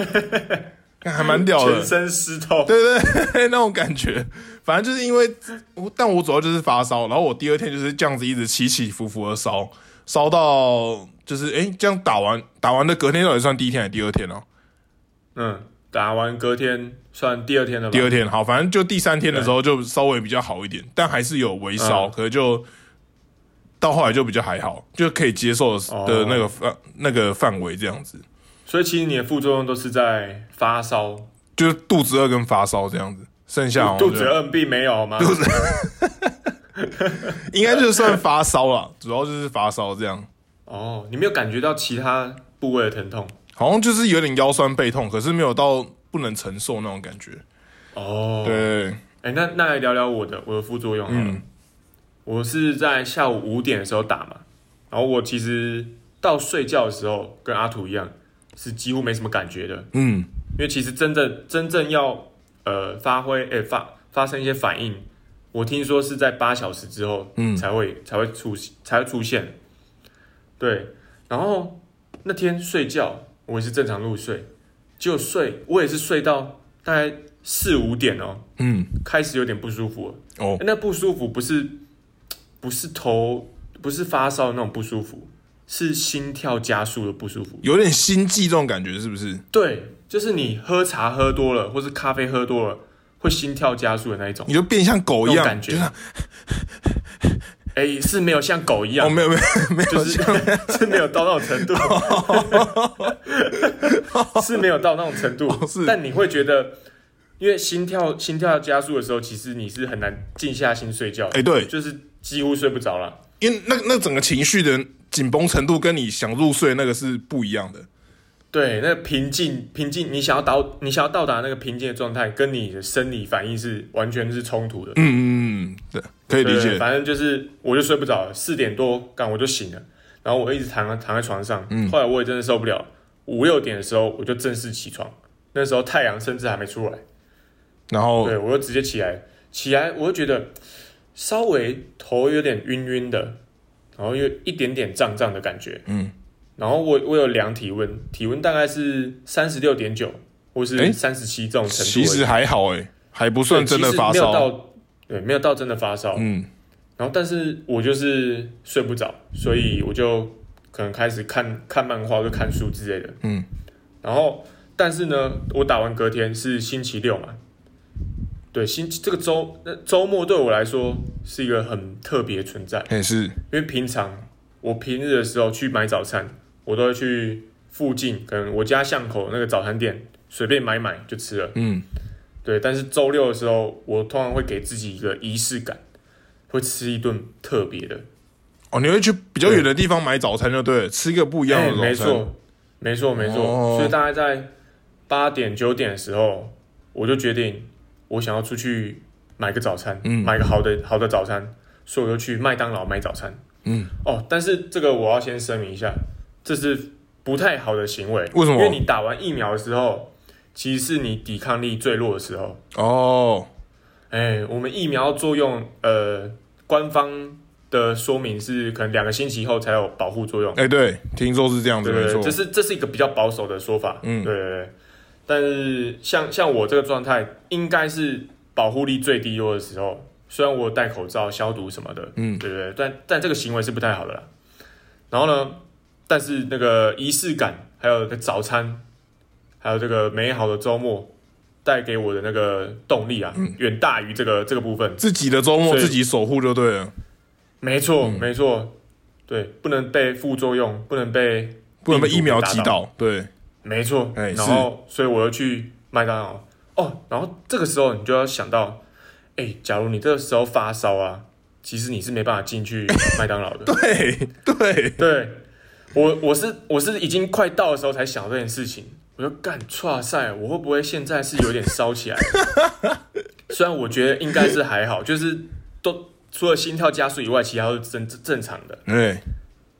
[SPEAKER 1] 还蛮屌的
[SPEAKER 2] 全，身湿透，
[SPEAKER 1] 对对对，那种感觉。反正就是因为我，但我主要就是发烧，然后我第二天就是这样子一直起起伏伏的烧，烧到就是哎、这样打完打完的隔天到底算第一天还是第二天哦、
[SPEAKER 2] 嗯，打完隔天算第二天了吧
[SPEAKER 1] 第？二天好，反正就第三天的时候就稍微比较好一点，但还是有微烧，
[SPEAKER 2] 嗯
[SPEAKER 1] 可能就到后来就比较还好，就可以接受的的那
[SPEAKER 2] 哦
[SPEAKER 1] 个范、那个范围这样子，
[SPEAKER 2] 所以其实你的副作用都是在发烧，
[SPEAKER 1] 就是肚子饿跟发烧这样子，剩下好像
[SPEAKER 2] 肚
[SPEAKER 1] 就
[SPEAKER 2] 子饿并没有哦吗？肚子
[SPEAKER 1] 应该就算发烧了， 主要就是发烧这样，
[SPEAKER 2] 哦，你没有感觉到其他部位的疼痛
[SPEAKER 1] 好像就是有点腰酸背痛，可是没有到不能承受那种感觉。
[SPEAKER 2] 哦？
[SPEAKER 1] 对，
[SPEAKER 2] 哎、那那来聊聊我的我的副作用好了。
[SPEAKER 1] 嗯
[SPEAKER 2] 我是在下午五点的时候打嘛，然后我其实到睡觉的时候跟阿土一样，是几乎没什么感觉的，
[SPEAKER 1] 嗯，
[SPEAKER 2] 因为其实真正真正要呃发挥哎、发发生一些反应，我听说是在八小时之后，
[SPEAKER 1] 嗯
[SPEAKER 2] 才会才会出才会出现。对，然后那天睡觉我也是正常入睡，就睡我也是睡到大概四五点哦，
[SPEAKER 1] 嗯，
[SPEAKER 2] 开始有点不舒服了。
[SPEAKER 1] 哦，
[SPEAKER 2] 那不舒服不是不是头不是发烧的那种不舒服，是心跳加速的不舒服。
[SPEAKER 1] 有点心悸这种感觉是不是？
[SPEAKER 2] 对，就是你喝茶喝多了，或是咖啡喝多了，会心跳加速的那一种
[SPEAKER 1] 你。就变像狗一
[SPEAKER 2] 那
[SPEAKER 1] 样，
[SPEAKER 2] 种感觉
[SPEAKER 1] 就是
[SPEAKER 2] 哎、是没有像狗一样，
[SPEAKER 1] 哦，没有没有没有，
[SPEAKER 2] 就是是没有到那种程 度，是没有到那种程度。
[SPEAKER 1] 哦是
[SPEAKER 2] 但你会觉得，因为心跳心跳加速的时候，其实你是很难静下心睡觉，
[SPEAKER 1] 哎、对，
[SPEAKER 2] 就是几乎睡不着了。
[SPEAKER 1] 因为那那整个情绪的紧绷程度跟你想入睡那个是不一样的。
[SPEAKER 2] 对，那个平静平静，你想要到你想要到达那个平静的状态，跟你的生理反应是完全是冲突的。
[SPEAKER 1] 嗯嗯嗯，对，可以理
[SPEAKER 2] 对
[SPEAKER 1] 解。
[SPEAKER 2] 反正就是我就睡不着了，四点多干我就醒了，然后我一直躺躺在床上，
[SPEAKER 1] 嗯
[SPEAKER 2] 后来我也真的受不了，五六点的时候我就正式起床，那时候太阳甚至还没出来，
[SPEAKER 1] 然后
[SPEAKER 2] 对我就直接起来，起来我就觉得稍微头有点晕晕的，然后又一点点胀胀的感觉，
[SPEAKER 1] 嗯，
[SPEAKER 2] 然后我我有量体温，体温大概是三十六点九或
[SPEAKER 1] 诶
[SPEAKER 2] 是三十七这种程度而
[SPEAKER 1] 其
[SPEAKER 2] 已，
[SPEAKER 1] 实还好哎、还不算真的发
[SPEAKER 2] 对其实没有
[SPEAKER 1] 烧。
[SPEAKER 2] 到，对，没有到真的发烧，
[SPEAKER 1] 嗯，
[SPEAKER 2] 然后，但是我就是睡不着，所以我就可能开始看看漫画，就看书之类的。
[SPEAKER 1] 嗯，
[SPEAKER 2] 然后，但是呢，我打完隔天是星期六嘛，对，星这个周那周末对我来说是一个很特别存在，
[SPEAKER 1] 也是，
[SPEAKER 2] 因为平常我平日的时候去买早餐，我都会去附近，可能我家巷口那个早餐店随便买买就吃了。
[SPEAKER 1] 嗯，
[SPEAKER 2] 对，但是周六的时候，我通常会给自己一个仪式感，会吃一顿特别的。
[SPEAKER 1] 哦，你会去比较远的地方买早餐就对了，吃一个不一样
[SPEAKER 2] 哎
[SPEAKER 1] 的早餐。
[SPEAKER 2] 没错，没错，没错。
[SPEAKER 1] 哦
[SPEAKER 2] 所以大概在八点九点的时候，我就决定我想要出去买个早餐，
[SPEAKER 1] 嗯
[SPEAKER 2] 买个好的好的早餐，所以我就去麦当劳买早餐。
[SPEAKER 1] 嗯，
[SPEAKER 2] 哦，但是这个我要先声明一下，这是不太好的行为。
[SPEAKER 1] 为什么
[SPEAKER 2] 因为你打完疫苗的时候，其实是你抵抗力最弱的时候。
[SPEAKER 1] 哦，
[SPEAKER 2] 哎，我们疫苗作用，呃，官方的说明是可能两个星期后才有保护作用。
[SPEAKER 1] 哎、对，听说是这样子，
[SPEAKER 2] 对
[SPEAKER 1] 没
[SPEAKER 2] 对
[SPEAKER 1] 错
[SPEAKER 2] 对，这。是这是一个比较保守的说法。
[SPEAKER 1] 嗯
[SPEAKER 2] 对对对。但是像像我这个状态，应该是保护力最低落的时候。虽然我有戴口罩、消毒什么的，
[SPEAKER 1] 嗯
[SPEAKER 2] 对对对，但但这个行为是不太好的啦。然后呢，但是那个仪式感，还有早餐，还有这个美好的周末带给我的那个动力啊，
[SPEAKER 1] 嗯
[SPEAKER 2] 远大于这个这个部分。
[SPEAKER 1] 自己的周末
[SPEAKER 2] 所以
[SPEAKER 1] 自己守护就对了，
[SPEAKER 2] 没错，
[SPEAKER 1] 嗯
[SPEAKER 2] 没错，对，不能被副作用，不能被
[SPEAKER 1] 不能被疫苗
[SPEAKER 2] 病毒
[SPEAKER 1] 击
[SPEAKER 2] 给打倒。
[SPEAKER 1] 倒。对，
[SPEAKER 2] 没错，
[SPEAKER 1] 哎
[SPEAKER 2] 然后所以我又去麦当劳哦，然后这个时候你就要想到，哎，假如你这个时候发烧啊，其实你是没办法进 去麦当劳的。
[SPEAKER 1] 对对，
[SPEAKER 2] 对，我我是我是已经快到的时候才想到这件事情，我就干哇塞，我会不会现在是有点烧 起来了？虽然我觉得应该是还好，就是都除了心跳加速以外，其他都是正正常的。
[SPEAKER 1] 对，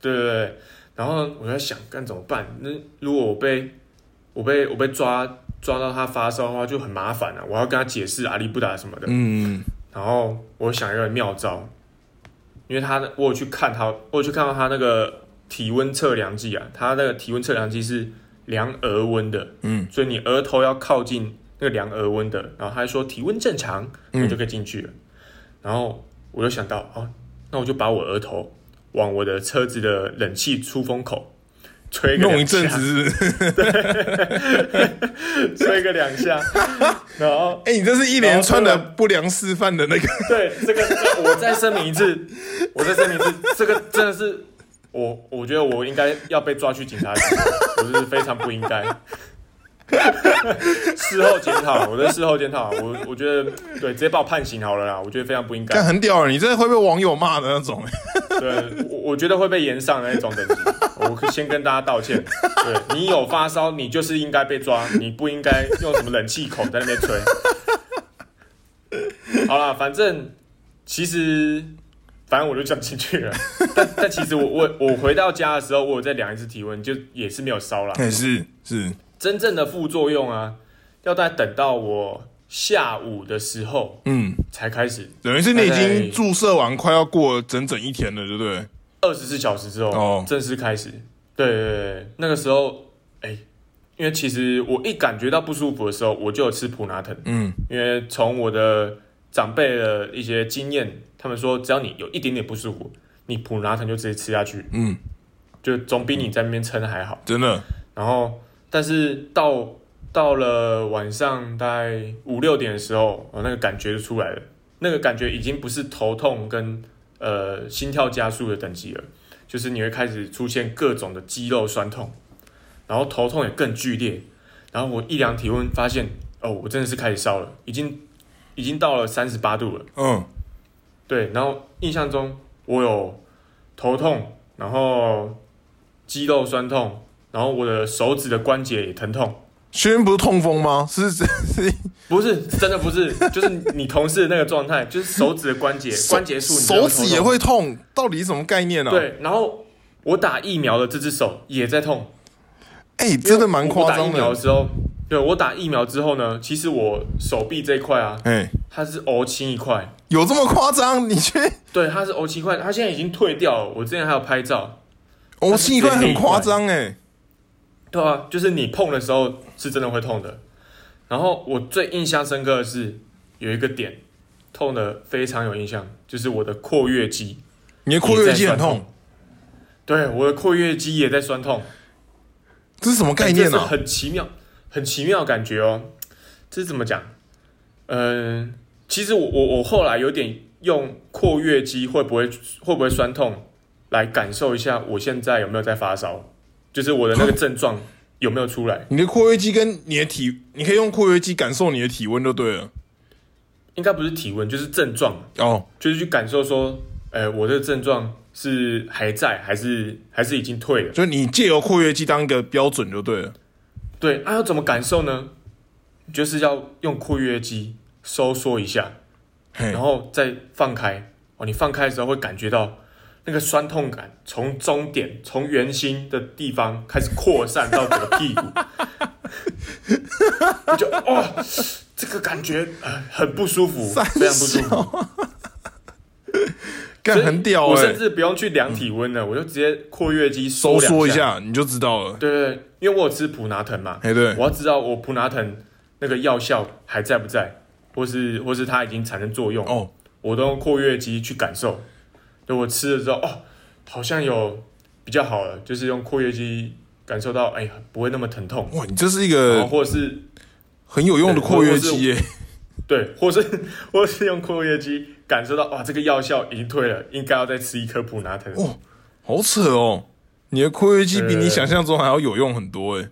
[SPEAKER 2] 对对对，然后我在想，干怎么办？那如果我被我被我被抓抓到他发烧的话，就很麻烦了、我要跟他解释阿里不达什么的。
[SPEAKER 1] 嗯，
[SPEAKER 2] 然后我想一个妙招，因为他的我有去看他，我有去看到他那个体温测量计啊，他那个体温测量计是量额温的，
[SPEAKER 1] 嗯，
[SPEAKER 2] 所以你额头要靠近那个量额温的，然后他还说体温正常，
[SPEAKER 1] 嗯
[SPEAKER 2] 你就可以进去了。然后我就想到，哦，那我就把我额头往我的车子的冷气出风口吹个
[SPEAKER 1] 弄一
[SPEAKER 2] 两
[SPEAKER 1] 阵
[SPEAKER 2] 下
[SPEAKER 1] 子，是不是。
[SPEAKER 2] 吹个两下，然后
[SPEAKER 1] 哎，你这是一连串的不良示范的那个，
[SPEAKER 2] 对，这个这我再声明一次，我再声明一次，这个真的是我，我觉得我应该要被抓去警察局，我是非常不应该。事后检讨，我的事后检讨，我我觉得对，直接把我判刑好了啦，我觉得非常不应
[SPEAKER 1] 但
[SPEAKER 2] 该。
[SPEAKER 1] 很屌啊！你这会被网友骂的那种。
[SPEAKER 2] 对，我我觉得会被延上的那种等级，我先跟大家道歉。对你有发烧，你就是应该被抓，你不应该用什么冷气口在那边吹。好啦，反正其实反正我就这样进去了，但但其实我我我回到家的时候，我有再量一次体温，就也是没有烧啦。
[SPEAKER 1] 哎，是是，
[SPEAKER 2] 真正的副作用啊，要再等到我下午的时候
[SPEAKER 1] 嗯，
[SPEAKER 2] 才开始，
[SPEAKER 1] 等于是你已经
[SPEAKER 2] 大概
[SPEAKER 1] 注射完，快要过整整一天了，对不对？
[SPEAKER 2] 二十四小时之后、
[SPEAKER 1] 哦
[SPEAKER 2] 正式开始。对对对对，那个时候，哎、因为其实我一感觉到不舒服的时候，我就有吃普拿疼，
[SPEAKER 1] 嗯，
[SPEAKER 2] 因为从我的长辈的一些经验，他们说只要你有一点点不舒服，你普拿疼就直接吃下去，
[SPEAKER 1] 嗯，
[SPEAKER 2] 就总比你在那边撑还好。
[SPEAKER 1] 真的，
[SPEAKER 2] 然后，但是到到了晚上大概五六点的时候，哦我、那个感觉就出来了。那个感觉已经不是头痛跟呃心跳加速的等级了，就是你会开始出现各种的肌肉酸痛，然后头痛也更剧烈。然后我一量体温，发现哦，我真的是开始烧了，已经已经到了三十八度了。
[SPEAKER 1] 嗯，
[SPEAKER 2] 对，然后印象中我有头痛，然后肌肉酸痛，然后我的手指的关节也疼痛，
[SPEAKER 1] 轩不是痛风吗？是是是，
[SPEAKER 2] 不是真的不是， 就是你同事的那个状态，就是手指的关节关节处，
[SPEAKER 1] 手指也
[SPEAKER 2] 会
[SPEAKER 1] 会痛，到底是什么概念呢、啊
[SPEAKER 2] 痛。，对，然后我打疫苗的这只手也在痛，
[SPEAKER 1] 哎、真的蛮夸
[SPEAKER 2] 因为
[SPEAKER 1] 张
[SPEAKER 2] 我打疫苗的
[SPEAKER 1] 的。
[SPEAKER 2] 时候，对我打疫苗之后呢，其实我手臂这一块啊，
[SPEAKER 1] 哎、
[SPEAKER 2] 它是凹青一块，
[SPEAKER 1] 有这么夸张？你去，
[SPEAKER 2] 对，它是凹青一块，它现在已经退掉了。我之前还有拍照，
[SPEAKER 1] 我哦心一块很夸张哎。
[SPEAKER 2] 对啊，就是你碰的时候是真的会痛的。然后我最印象深刻的是有一个点痛的非常有印象，就是我的括约肌，
[SPEAKER 1] 你的括约肌很
[SPEAKER 2] 哦
[SPEAKER 1] 痛，
[SPEAKER 2] 对，我的括约肌也在酸痛，
[SPEAKER 1] 这是什么概念
[SPEAKER 2] 哎这是
[SPEAKER 1] 呢、啊？
[SPEAKER 2] 很奇妙，很奇妙的感觉哦。这是怎么讲？嗯、其实我我我后来有点用括约肌会不会会不会酸痛来感受一下我现在有没有在发烧，就是我的
[SPEAKER 1] 哦
[SPEAKER 2] 那个症状有没有出来。
[SPEAKER 1] 你的括约肌跟你的体，你可以用括约肌感受你的体温就对了。
[SPEAKER 2] 应该不是体温，就是症状。
[SPEAKER 1] 哦，
[SPEAKER 2] 就是去感受说，呃，我的症状是还在，还是还是已经退了？
[SPEAKER 1] 就你借由括约肌当一个标准就对了。
[SPEAKER 2] 对，啊，要怎么感受呢？就是要用括约肌收缩一下，
[SPEAKER 1] 嘿
[SPEAKER 2] 然，后再放开。哦，你放开的时候会感觉到那个酸痛感从终点、从圆心的地方开始扩散到整个屁股，我 就哦，这个感觉、呃很不舒服，
[SPEAKER 1] 三
[SPEAKER 2] 非常不舒服。
[SPEAKER 1] 干
[SPEAKER 2] 所以
[SPEAKER 1] 很屌
[SPEAKER 2] 我
[SPEAKER 1] 哎、
[SPEAKER 2] 甚至不用去量体温了，我就直接括约肌
[SPEAKER 1] 收
[SPEAKER 2] 缩
[SPEAKER 1] 缩一
[SPEAKER 2] 两下。
[SPEAKER 1] 下你就知道了。
[SPEAKER 2] 对对对，因为我有吃普拿疼嘛，
[SPEAKER 1] 哎、对，
[SPEAKER 2] 我要知道我普拿疼那个药效还在不在，或是或是它已经产生作用，
[SPEAKER 1] 哦，
[SPEAKER 2] 我都用括约肌去感受。对我吃了之后，哦，好像有比较好了，就是用括约肌感受到，哎呀，不会那么疼痛，
[SPEAKER 1] 哇，你这是一
[SPEAKER 2] 然后
[SPEAKER 1] 个
[SPEAKER 2] 或者是
[SPEAKER 1] 很有用的括约肌耶，
[SPEAKER 2] 对，或是或是用括约肌感受到，哇，这个药效已经退了，应该要再吃一颗普拿疼。
[SPEAKER 1] 哦，好扯哦！你的括约肌比你
[SPEAKER 2] 对
[SPEAKER 1] 想象中还要有用很多哎，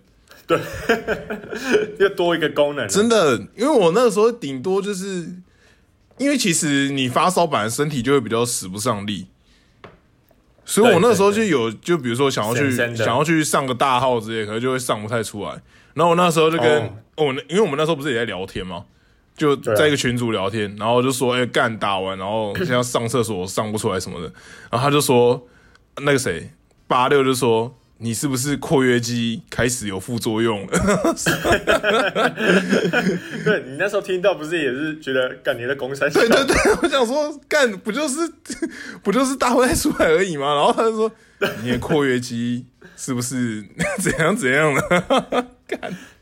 [SPEAKER 2] 又多一个功能了，
[SPEAKER 1] 真的，因为我那个时候顶多就是，因为其实你发烧，本来身体就会比较使不上力，所以我
[SPEAKER 2] 对
[SPEAKER 1] 那时候就
[SPEAKER 2] 对
[SPEAKER 1] 有，就比如说想要去
[SPEAKER 2] 神神的
[SPEAKER 1] 想要去上个大号之类，可能就会上不太出来。然后我那时候就跟
[SPEAKER 2] 哦
[SPEAKER 1] 哦，那因为我们那时候不是也在聊天吗？就
[SPEAKER 2] 啊
[SPEAKER 1] 在一个群组聊天，然后就说，哎、干打完，然后现在上厕所上不出来什么的，然后他就说，那个谁八六就说，你是不是括约肌开始有副作用了？
[SPEAKER 2] 对你那时候听到不是也是觉得，干你在攻山小？
[SPEAKER 1] 对对对，我想说，干不就是 不就是大会出来而已吗？然后他就说，你的括约肌是不是 怎样怎样了？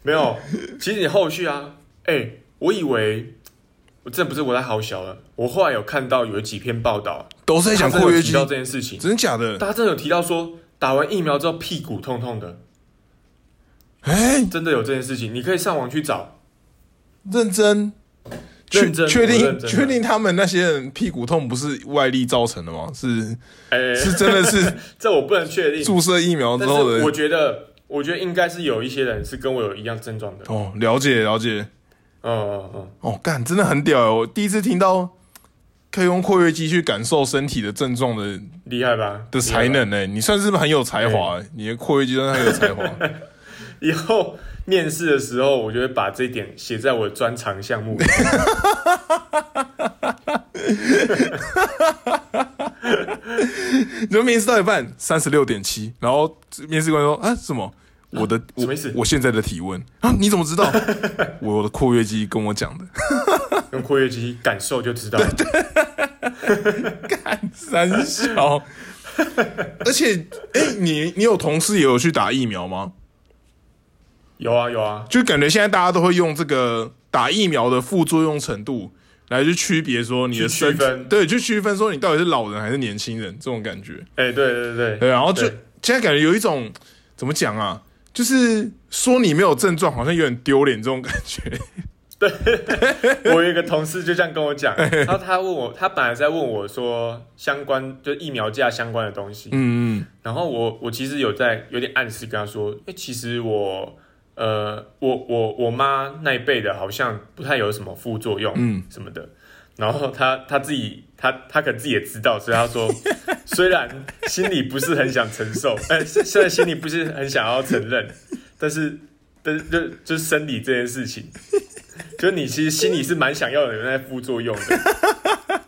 [SPEAKER 2] 没有，其实你后续啊，哎、我以为我真的不是我在好小了，我后来有看到有几篇报道，
[SPEAKER 1] 都是在
[SPEAKER 2] 他
[SPEAKER 1] 讲
[SPEAKER 2] 真的
[SPEAKER 1] 括
[SPEAKER 2] 有
[SPEAKER 1] 约
[SPEAKER 2] 提
[SPEAKER 1] 肌，
[SPEAKER 2] 到这件事情，
[SPEAKER 1] 真的假的？
[SPEAKER 2] 大家真的有提到说打完疫苗之后屁股痛痛的，
[SPEAKER 1] 哎、
[SPEAKER 2] 真的有这件事情，你可以上网去找，
[SPEAKER 1] 认真。确
[SPEAKER 2] 认真
[SPEAKER 1] 确
[SPEAKER 2] 我认
[SPEAKER 1] 定
[SPEAKER 2] 真的
[SPEAKER 1] 确定他们那些人屁股痛不是外力造成的吗？是
[SPEAKER 2] 哎、
[SPEAKER 1] 是真的是
[SPEAKER 2] 这我不能确定，
[SPEAKER 1] 注射疫苗之
[SPEAKER 2] 但
[SPEAKER 1] 后
[SPEAKER 2] 是我
[SPEAKER 1] 的
[SPEAKER 2] 觉得，我觉得应该是有一些人是跟我有一样症状的，
[SPEAKER 1] 哦，了解了解
[SPEAKER 2] 嗯嗯嗯。
[SPEAKER 1] 哦，干真的很屌欸！我第一次听到可以用括约肌去感受身体的症状的
[SPEAKER 2] 厉害吧？
[SPEAKER 1] 的才能呢、你算是不是很有才华欸、你的括约肌真的很有才 华。
[SPEAKER 2] 厉害吧。以后面试的时候，我就会把这一点写在我的专长项目里。
[SPEAKER 1] 你就面试到一半，三十六点七，然后面试官说：“啊，什么？我的我
[SPEAKER 2] 什么意思
[SPEAKER 1] 我现在的体温啊？你怎么 知道？我的括约肌跟我讲的。
[SPEAKER 2] 用括约肌感受就知道，
[SPEAKER 1] 三小， 而且，哎、你你有同事也有去打疫苗吗？
[SPEAKER 2] 有啊有啊，
[SPEAKER 1] 就感觉现在大家都会用这个打疫苗的副作用程度来去区别说你的
[SPEAKER 2] 去区
[SPEAKER 1] 身体
[SPEAKER 2] 分
[SPEAKER 1] 对，去区分说你到底是老人还是年轻人这种感觉。
[SPEAKER 2] 哎、对对对
[SPEAKER 1] 对，然后就
[SPEAKER 2] 对
[SPEAKER 1] 现在感觉有一种怎么讲啊，就是说你没有症状，好像有点丢脸这种感觉。
[SPEAKER 2] 我有一个同事就这样跟我讲，然后他问我，他本来在问我说相关就疫苗价相关的东西，
[SPEAKER 1] 嗯，嗯
[SPEAKER 2] 然后我我其实有在有点暗示跟他说，哎、其实我呃我我我妈那一辈的好像不太有什么副作用，
[SPEAKER 1] 嗯
[SPEAKER 2] 什么的。然后他他自己他他可能自己也知道，所以 他说虽然心里不是很想承受， 哎、虽虽然心里不是很想要承认，但是但是就就是生理这件事情，就你其实心里是蛮想要有那副作用的。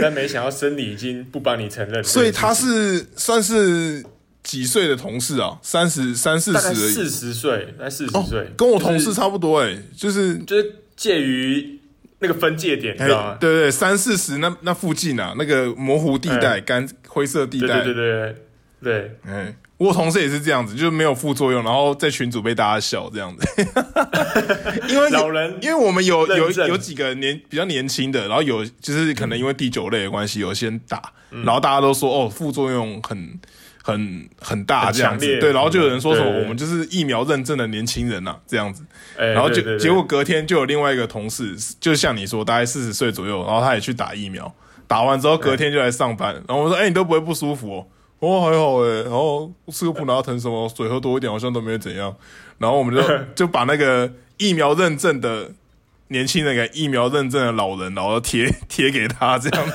[SPEAKER 2] 但没想到生理已经不帮你承认了，
[SPEAKER 1] 所以他 是算是几岁的同事啊？三十三四
[SPEAKER 2] 大
[SPEAKER 1] 十
[SPEAKER 2] 概
[SPEAKER 1] 而已。
[SPEAKER 2] 四十岁，大概四十岁、
[SPEAKER 1] 哦，跟我同事差不多哎、就是
[SPEAKER 2] 就是、就是介于那个分界点，你
[SPEAKER 1] 哎、
[SPEAKER 2] 知道吗？
[SPEAKER 1] 对对，三四十那那附近啊，那个模糊地带、
[SPEAKER 2] 哎
[SPEAKER 1] 干灰色地
[SPEAKER 2] 对
[SPEAKER 1] 带，
[SPEAKER 2] 对对对对，
[SPEAKER 1] 哎、我同事也是这样子，就是没有副作用，然后在群组被大家笑这样子， 因为
[SPEAKER 2] 对老人
[SPEAKER 1] 因为我们有有
[SPEAKER 2] 认证
[SPEAKER 1] 有几个年比较年轻的，然后有就是可能因为第九类的关系有先打，
[SPEAKER 2] 嗯
[SPEAKER 1] 然后大家都说哦副作用很很很大
[SPEAKER 2] 很
[SPEAKER 1] 这样
[SPEAKER 2] 强
[SPEAKER 1] 子
[SPEAKER 2] 烈，嗯
[SPEAKER 1] 对，然后就有人说什么
[SPEAKER 2] 对对对
[SPEAKER 1] 我们就是疫苗认证的年轻人呐、啊、这样子，
[SPEAKER 2] 哎
[SPEAKER 1] 然后
[SPEAKER 2] 对
[SPEAKER 1] 就
[SPEAKER 2] 对对
[SPEAKER 1] 结果隔天就有另外一个同事，就像你说大概四十岁左右，然后他也去打疫苗，打完之后隔天就来上班，然后我说哎、你都不会不舒服哦。哦，还好诶，然后吃个普拿疼什么，水喝多一点，好像都没有怎样。然后我们 就就把那个疫苗认证的年轻人给疫苗认证的老人，然后贴 贴给他，这样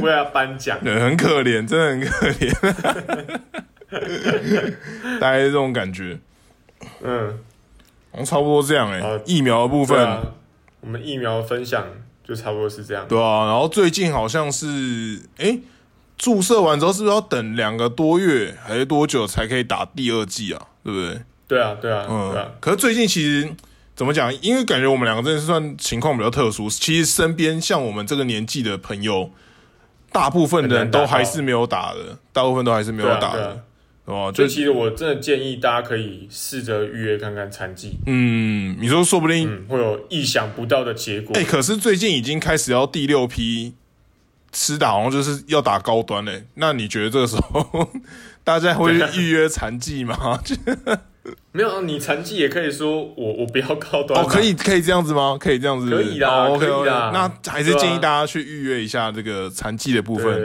[SPEAKER 2] 为了颁奖，
[SPEAKER 1] 对很可怜，真的很可怜， 大概是这种感觉，
[SPEAKER 2] 嗯，
[SPEAKER 1] 好像差不多这样哎、
[SPEAKER 2] 好
[SPEAKER 1] 疫苗的部
[SPEAKER 2] 对
[SPEAKER 1] 分，
[SPEAKER 2] 啊，我们疫苗分享就差不多是这样，
[SPEAKER 1] 对啊，然后最近好像是哎、诶注射完之后是不是要等两个多月还是多久才可以打第二剂啊？对不对？
[SPEAKER 2] 对啊对啊、对
[SPEAKER 1] 嗯
[SPEAKER 2] 啊，，
[SPEAKER 1] 可是最近其实怎么讲？因为感觉我们两个真的是算情况比较特殊。其实身边像我们这个年纪的朋友，大部分人
[SPEAKER 2] 很难打
[SPEAKER 1] 都
[SPEAKER 2] 到
[SPEAKER 1] 还是没有打的，大部分都还是没有
[SPEAKER 2] 对啊
[SPEAKER 1] 打
[SPEAKER 2] 对
[SPEAKER 1] 的
[SPEAKER 2] 啊，，
[SPEAKER 1] 对吧？就
[SPEAKER 2] 所以其实我真的建议大家可以试着预约看看残疾，
[SPEAKER 1] 嗯，你说说不定哎
[SPEAKER 2] 嗯，会有意想不到的结果，
[SPEAKER 1] 哎、可是最近已经开始要第六批吃打好像就是要打高端嘞、那你觉得这个时候 大家会预约残疾吗？ 就
[SPEAKER 2] 没有，你残疾也可以说我我不要高端、
[SPEAKER 1] 哦，可以可以这样子吗？可以这样子，
[SPEAKER 2] 可以啦
[SPEAKER 1] 哦、OK,
[SPEAKER 2] 可以啦
[SPEAKER 1] o 那还是建议
[SPEAKER 2] 对啊
[SPEAKER 1] 大家去预约一下这个残疾的部
[SPEAKER 2] 对
[SPEAKER 1] 分。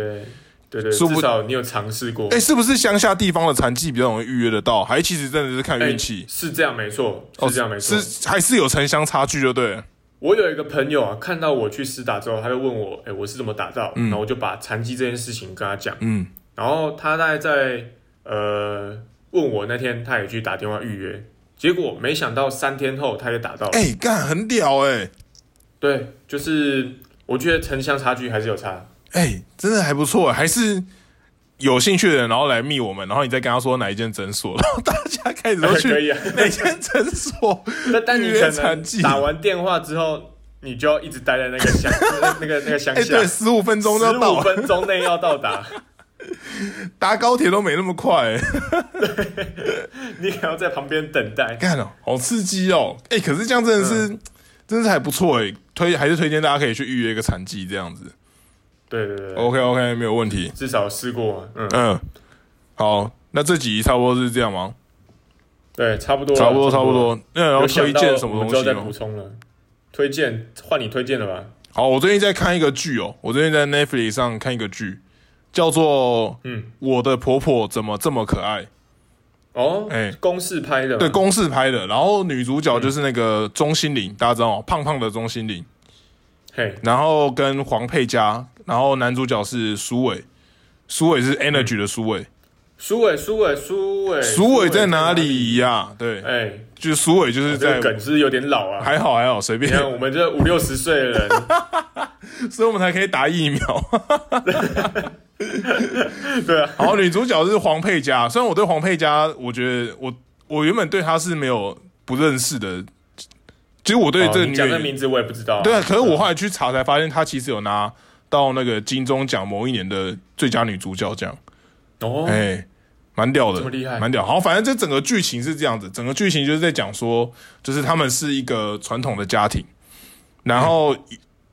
[SPEAKER 2] 对对对，
[SPEAKER 1] 说不
[SPEAKER 2] 至少你有尝试过。
[SPEAKER 1] 哎、是不是乡下地方的残疾比较容易预约得到？还其实真的是看
[SPEAKER 2] 哎
[SPEAKER 1] 运气，
[SPEAKER 2] 是这样没错，
[SPEAKER 1] 哦
[SPEAKER 2] 是这样没错。
[SPEAKER 1] 是还是有城乡差距就对了。
[SPEAKER 2] 我有一个朋友啊，看到我去施打之后，他就问我，哎、我是怎么打到？然后我就把残疾这件事情跟他讲，
[SPEAKER 1] 嗯，
[SPEAKER 2] 然后他大概在呃问我那天他也去打电话预约，结果没想到三天后他也打到了。
[SPEAKER 1] 哎、干很屌哎、
[SPEAKER 2] 对，就是我觉得城乡差距还是有差。
[SPEAKER 1] 哎、真的还不错，还是有兴趣的人，然后来密我们，然后你再跟他说哪一间诊所，然后大 家开始都
[SPEAKER 2] 可
[SPEAKER 1] 去
[SPEAKER 2] 以啊，
[SPEAKER 1] 哪间诊 所。
[SPEAKER 2] 但但你
[SPEAKER 1] 预约
[SPEAKER 2] 可
[SPEAKER 1] 残
[SPEAKER 2] 能
[SPEAKER 1] 疾
[SPEAKER 2] 打完电话之后，你就要一直待在那个乡 那个那个乡
[SPEAKER 1] 哎、
[SPEAKER 2] 下
[SPEAKER 1] 对，，十五分钟就要
[SPEAKER 2] 十五
[SPEAKER 1] 到，
[SPEAKER 2] 分钟内要到达，
[SPEAKER 1] 搭高铁都没那么快、哎
[SPEAKER 2] 你可能要在旁边等待。
[SPEAKER 1] 干哦，好刺激哦！哎、可是这样真的
[SPEAKER 2] 嗯
[SPEAKER 1] 是，真的是还不错哎、推还是推荐大家可以去预约一个残疾这样子。
[SPEAKER 2] 对对对，
[SPEAKER 1] OK OK，没有问题。
[SPEAKER 2] 至少试过嘛，嗯，
[SPEAKER 1] 嗯，好，那这集差不多是这样吗？
[SPEAKER 2] 对，啊差不多了，
[SPEAKER 1] 差不多差不多。那然后
[SPEAKER 2] 有想
[SPEAKER 1] 推
[SPEAKER 2] 到
[SPEAKER 1] 荐什么
[SPEAKER 2] 我们
[SPEAKER 1] 东西
[SPEAKER 2] 之后再
[SPEAKER 1] 吗
[SPEAKER 2] 补？充了，推荐换你推荐了吧？
[SPEAKER 1] 好，我最近在看一个剧哦，我最近在 Netflix 上看一个剧，叫做《
[SPEAKER 2] 嗯，
[SPEAKER 1] 我的婆婆怎么这么可爱》，
[SPEAKER 2] 哦，
[SPEAKER 1] 哎
[SPEAKER 2] 公式拍的嘛，
[SPEAKER 1] 对，公式拍的。然后女主
[SPEAKER 2] 嗯
[SPEAKER 1] 角就是那个钟欣凌，大家知道吗？胖胖的钟欣凌，
[SPEAKER 2] 嘿，
[SPEAKER 1] 然后跟黄佩嘉，然后男主角是苏伟，苏伟是
[SPEAKER 2] 嗯
[SPEAKER 1] Energy 的苏伟，
[SPEAKER 2] 苏伟，苏伟，苏伟，
[SPEAKER 1] 苏伟在哪？里呀、对，
[SPEAKER 2] 哎，
[SPEAKER 1] 就是苏伟就是
[SPEAKER 2] 这
[SPEAKER 1] 在
[SPEAKER 2] 个。梗是有点老啊。
[SPEAKER 1] 还好还好，随
[SPEAKER 2] 你
[SPEAKER 1] 便，
[SPEAKER 2] 看，我们这五六十岁的人，
[SPEAKER 1] 所以我们才可以打疫苗。
[SPEAKER 2] 对啊，
[SPEAKER 1] 然后女主角是黄佩嘉，虽然我对黄佩嘉，我觉得我我原本对她是没有不认识的，其实我 对
[SPEAKER 2] 哦
[SPEAKER 1] 这个
[SPEAKER 2] 你
[SPEAKER 1] 女
[SPEAKER 2] 讲
[SPEAKER 1] 演
[SPEAKER 2] 这
[SPEAKER 1] 员，
[SPEAKER 2] 名字我也不知道啊。
[SPEAKER 1] 对啊，可是我后来去查才发现，她其实有拿到那个金钟奖某一年的最佳女主角奖，
[SPEAKER 2] 哦，
[SPEAKER 1] 哎、蛮屌的，
[SPEAKER 2] 这么厉害
[SPEAKER 1] 蛮屌。好，反正这整个剧情是这样子，整个剧情就是在讲说，就是他们是一个传统的家庭，然后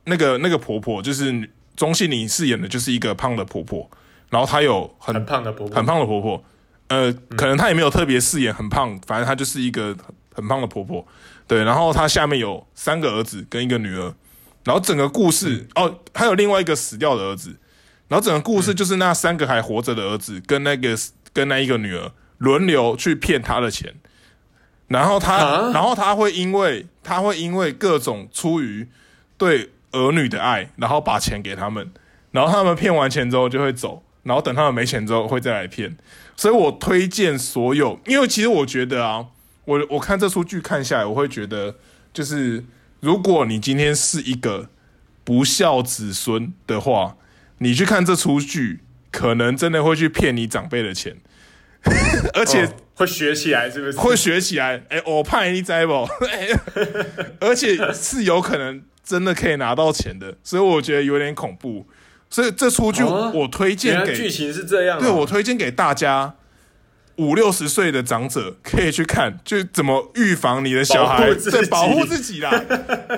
[SPEAKER 1] 那个那个婆婆就是女钟欣凌饰演的，就是一个胖的婆婆，然后她有很
[SPEAKER 2] 很胖的婆婆
[SPEAKER 1] 很，胖的婆婆，呃，可能她也没有特别饰演很胖，反正她就是一个很胖的婆婆。对，然后她下面有三个儿子跟一个女儿，然后整个故事、哦，还有另外一个死掉的儿子，然后整个故事就是那三个还活着的儿子跟那个跟那一个女儿轮流去骗她的钱，然后她、
[SPEAKER 2] 啊
[SPEAKER 1] 然后她会因为她会因为各种出于对儿女的爱，然后把钱给他们，然后他们骗完钱之后就会走，然后等他们没钱之后会再来骗。所以我推荐所有，因为其实我觉得啊，我我看这出剧看下来，我会觉得就是如果你今天是一个不孝子孙的话，你去看这出剧，可能真的会去骗你长辈的钱， 而且
[SPEAKER 2] 哦会学起来是不是？
[SPEAKER 1] 会学起来。哎、我怕你栽不？哎 而且是有可能真的可以拿到钱的，所以我觉得有点恐怖。所以这出剧
[SPEAKER 2] 哦
[SPEAKER 1] 我推荐
[SPEAKER 2] 原来
[SPEAKER 1] 给
[SPEAKER 2] 剧情是这样啊。
[SPEAKER 1] 对我推荐给大家，五六十岁的长者可以去看，就怎么预防你的小孩，
[SPEAKER 2] 保护自己
[SPEAKER 1] 对，保护自己啦，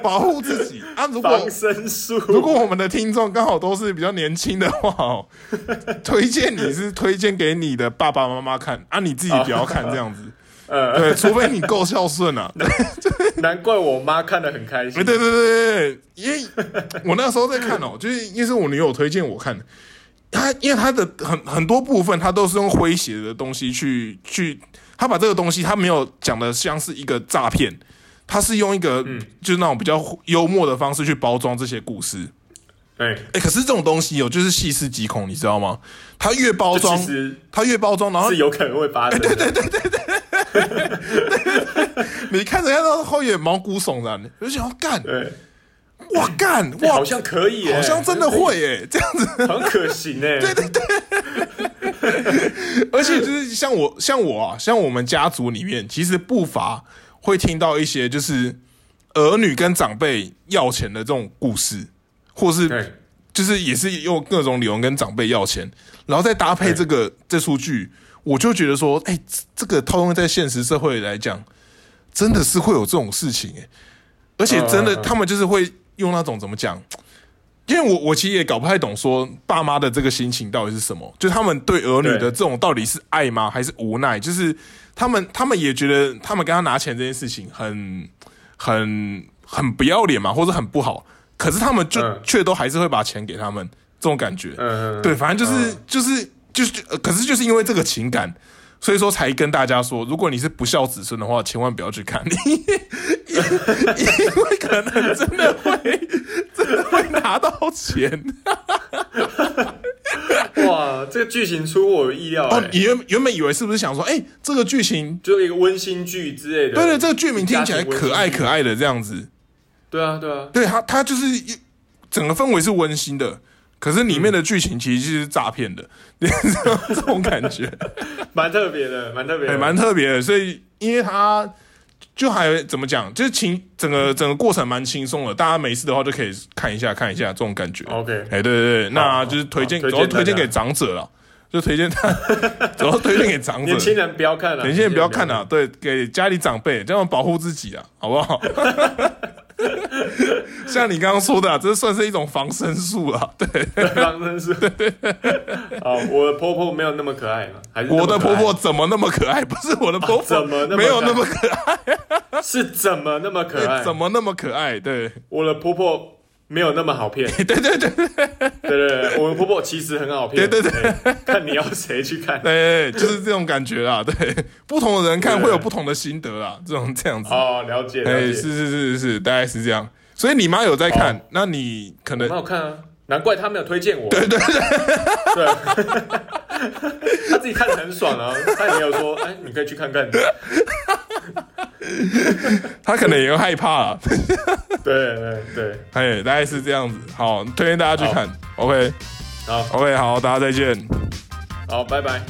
[SPEAKER 1] 保护自己啊！如果
[SPEAKER 2] 防身术。
[SPEAKER 1] 如果我们的听众刚好都是比较年轻的话哦，推荐你是推荐给你的爸爸妈妈看啊，你自己不要看这样子。
[SPEAKER 2] 呃
[SPEAKER 1] 对，除非你够孝顺 啊！
[SPEAKER 2] 难怪我妈看得很开
[SPEAKER 1] 哎
[SPEAKER 2] 心。
[SPEAKER 1] 对对对对， 对因为我那时候在看哦，就是因为是我女友推荐我看的，她因为她的很很多部分，她都是用诙谐的东西去去，她把这个东西她没有讲的像是一个诈骗，她是用一个、
[SPEAKER 2] 嗯
[SPEAKER 1] 就是那种比较幽默的方式去包装这些故事。
[SPEAKER 2] 哎，
[SPEAKER 1] 哎、可是这种东西哦，就是细思极恐，你知道吗？她越包
[SPEAKER 2] 这
[SPEAKER 1] 装
[SPEAKER 2] 其，实
[SPEAKER 1] 她越包装，然后
[SPEAKER 2] 是有可能会发生的。对对对，
[SPEAKER 1] 你看着看到后也毛骨悚然，我就想要干，哇干，哇
[SPEAKER 2] 好像可以耶，
[SPEAKER 1] 好像真的会诶、这样子，
[SPEAKER 2] 好像可行 哎。对对对，
[SPEAKER 1] 而且就是像我，像我啊，像我们家族里面，其实不乏会听到一些就是儿女跟长辈要钱的这种故事，或是
[SPEAKER 2] 对
[SPEAKER 1] 就是也是用各种理由跟长辈要钱，然后再搭配这个这出剧，我就觉得说，哎、这这个套用在现实社会来讲，真的是欸会有这种事情诶、而且真的
[SPEAKER 2] 嗯嗯嗯
[SPEAKER 1] 他们就是会用那种怎么讲，因为我我其实也搞不太懂，说爸妈的这个心情到底是什么？就是他们对儿女的
[SPEAKER 2] 对
[SPEAKER 1] 这种到底是爱吗，还是无奈？就是他们他们也觉得他们跟他拿钱这件事情很很很不要脸嘛，或者很不好，可是他们就、
[SPEAKER 2] 嗯
[SPEAKER 1] 却都还是会把钱给他们，这种感觉。
[SPEAKER 2] 嗯，
[SPEAKER 1] 对，反正就是、就是就是、呃可是就是因为这个情感，所以说才跟大家说，如果你是不孝子孙的话，千万不要去看， 因因为可能真的会真的会拿到钱。
[SPEAKER 2] 哇，这个剧情出乎我的意料、欸，
[SPEAKER 1] 哦，你原原本以为是不是想说，哎、这个剧情，
[SPEAKER 2] 就是一个温馨剧之类的。
[SPEAKER 1] 对对，这个剧名听起来
[SPEAKER 2] 家庭温馨
[SPEAKER 1] 可爱可爱的这样子，
[SPEAKER 2] 对啊，对啊，
[SPEAKER 1] 对它它就是一整个氛围是温馨的。可是里
[SPEAKER 2] 嗯
[SPEAKER 1] 面的剧情其实就是诈骗的， 这种感 觉。
[SPEAKER 2] 蛮特别的，蛮特别
[SPEAKER 1] 对，
[SPEAKER 2] 的，
[SPEAKER 1] 蛮特别的。所以，因为他就还怎么讲，就是轻整个整个过程蛮轻松的，大家没事的话就可以看一下看一下这种感觉。
[SPEAKER 2] OK。
[SPEAKER 1] 哎，对对对，那就是推荐，
[SPEAKER 2] 哦好
[SPEAKER 1] 主
[SPEAKER 2] 推荐
[SPEAKER 1] 要推荐
[SPEAKER 2] 大家
[SPEAKER 1] 给长者了，就推荐他， 主要推荐给长者
[SPEAKER 2] 年。轻人不要看了，
[SPEAKER 1] 年轻人不要看
[SPEAKER 2] 了。
[SPEAKER 1] 啊，对，给家里长辈这样保护自己啊， 好不好？像你刚刚说的、啊，这算是一种防身术啊。 对，
[SPEAKER 2] 当真 是。哦，我的婆婆没有那么可爱嘛，还是那么
[SPEAKER 1] 我的
[SPEAKER 2] 可
[SPEAKER 1] 婆
[SPEAKER 2] 爱啊
[SPEAKER 1] 婆怎么那么可爱？不是我的婆婆、
[SPEAKER 2] 怎么那么
[SPEAKER 1] 没有那
[SPEAKER 2] 可
[SPEAKER 1] 么可
[SPEAKER 2] 是怎么那么可
[SPEAKER 1] 爱？
[SPEAKER 2] 爱？
[SPEAKER 1] 哎 怎么那么可爱？对。
[SPEAKER 2] 我的婆婆没有那么好骗。对对对对对，我的婆婆其实很好骗。
[SPEAKER 1] 对对
[SPEAKER 2] 对，看你要谁去看。
[SPEAKER 1] 对，就是这种感觉啦。对，不同的人看
[SPEAKER 2] 对
[SPEAKER 1] 会有不同的心得啦，这种这样子。
[SPEAKER 2] 哦，了解
[SPEAKER 1] 哎、
[SPEAKER 2] 了
[SPEAKER 1] 是
[SPEAKER 2] 解。
[SPEAKER 1] 是是是，大概是这样。所以你妈有在看，那你可能
[SPEAKER 2] 蛮好看啊，难怪她没有推荐我。对对对。对。 她自己看得很爽啊，她也没有说，哎，你可以去看看。
[SPEAKER 1] 她可能也会害怕啦。
[SPEAKER 2] 对对对，
[SPEAKER 1] 哎、大概是这样子。好，推荐大家去看。OK
[SPEAKER 2] 好
[SPEAKER 1] OK，好，大家再见。
[SPEAKER 2] 好，拜拜。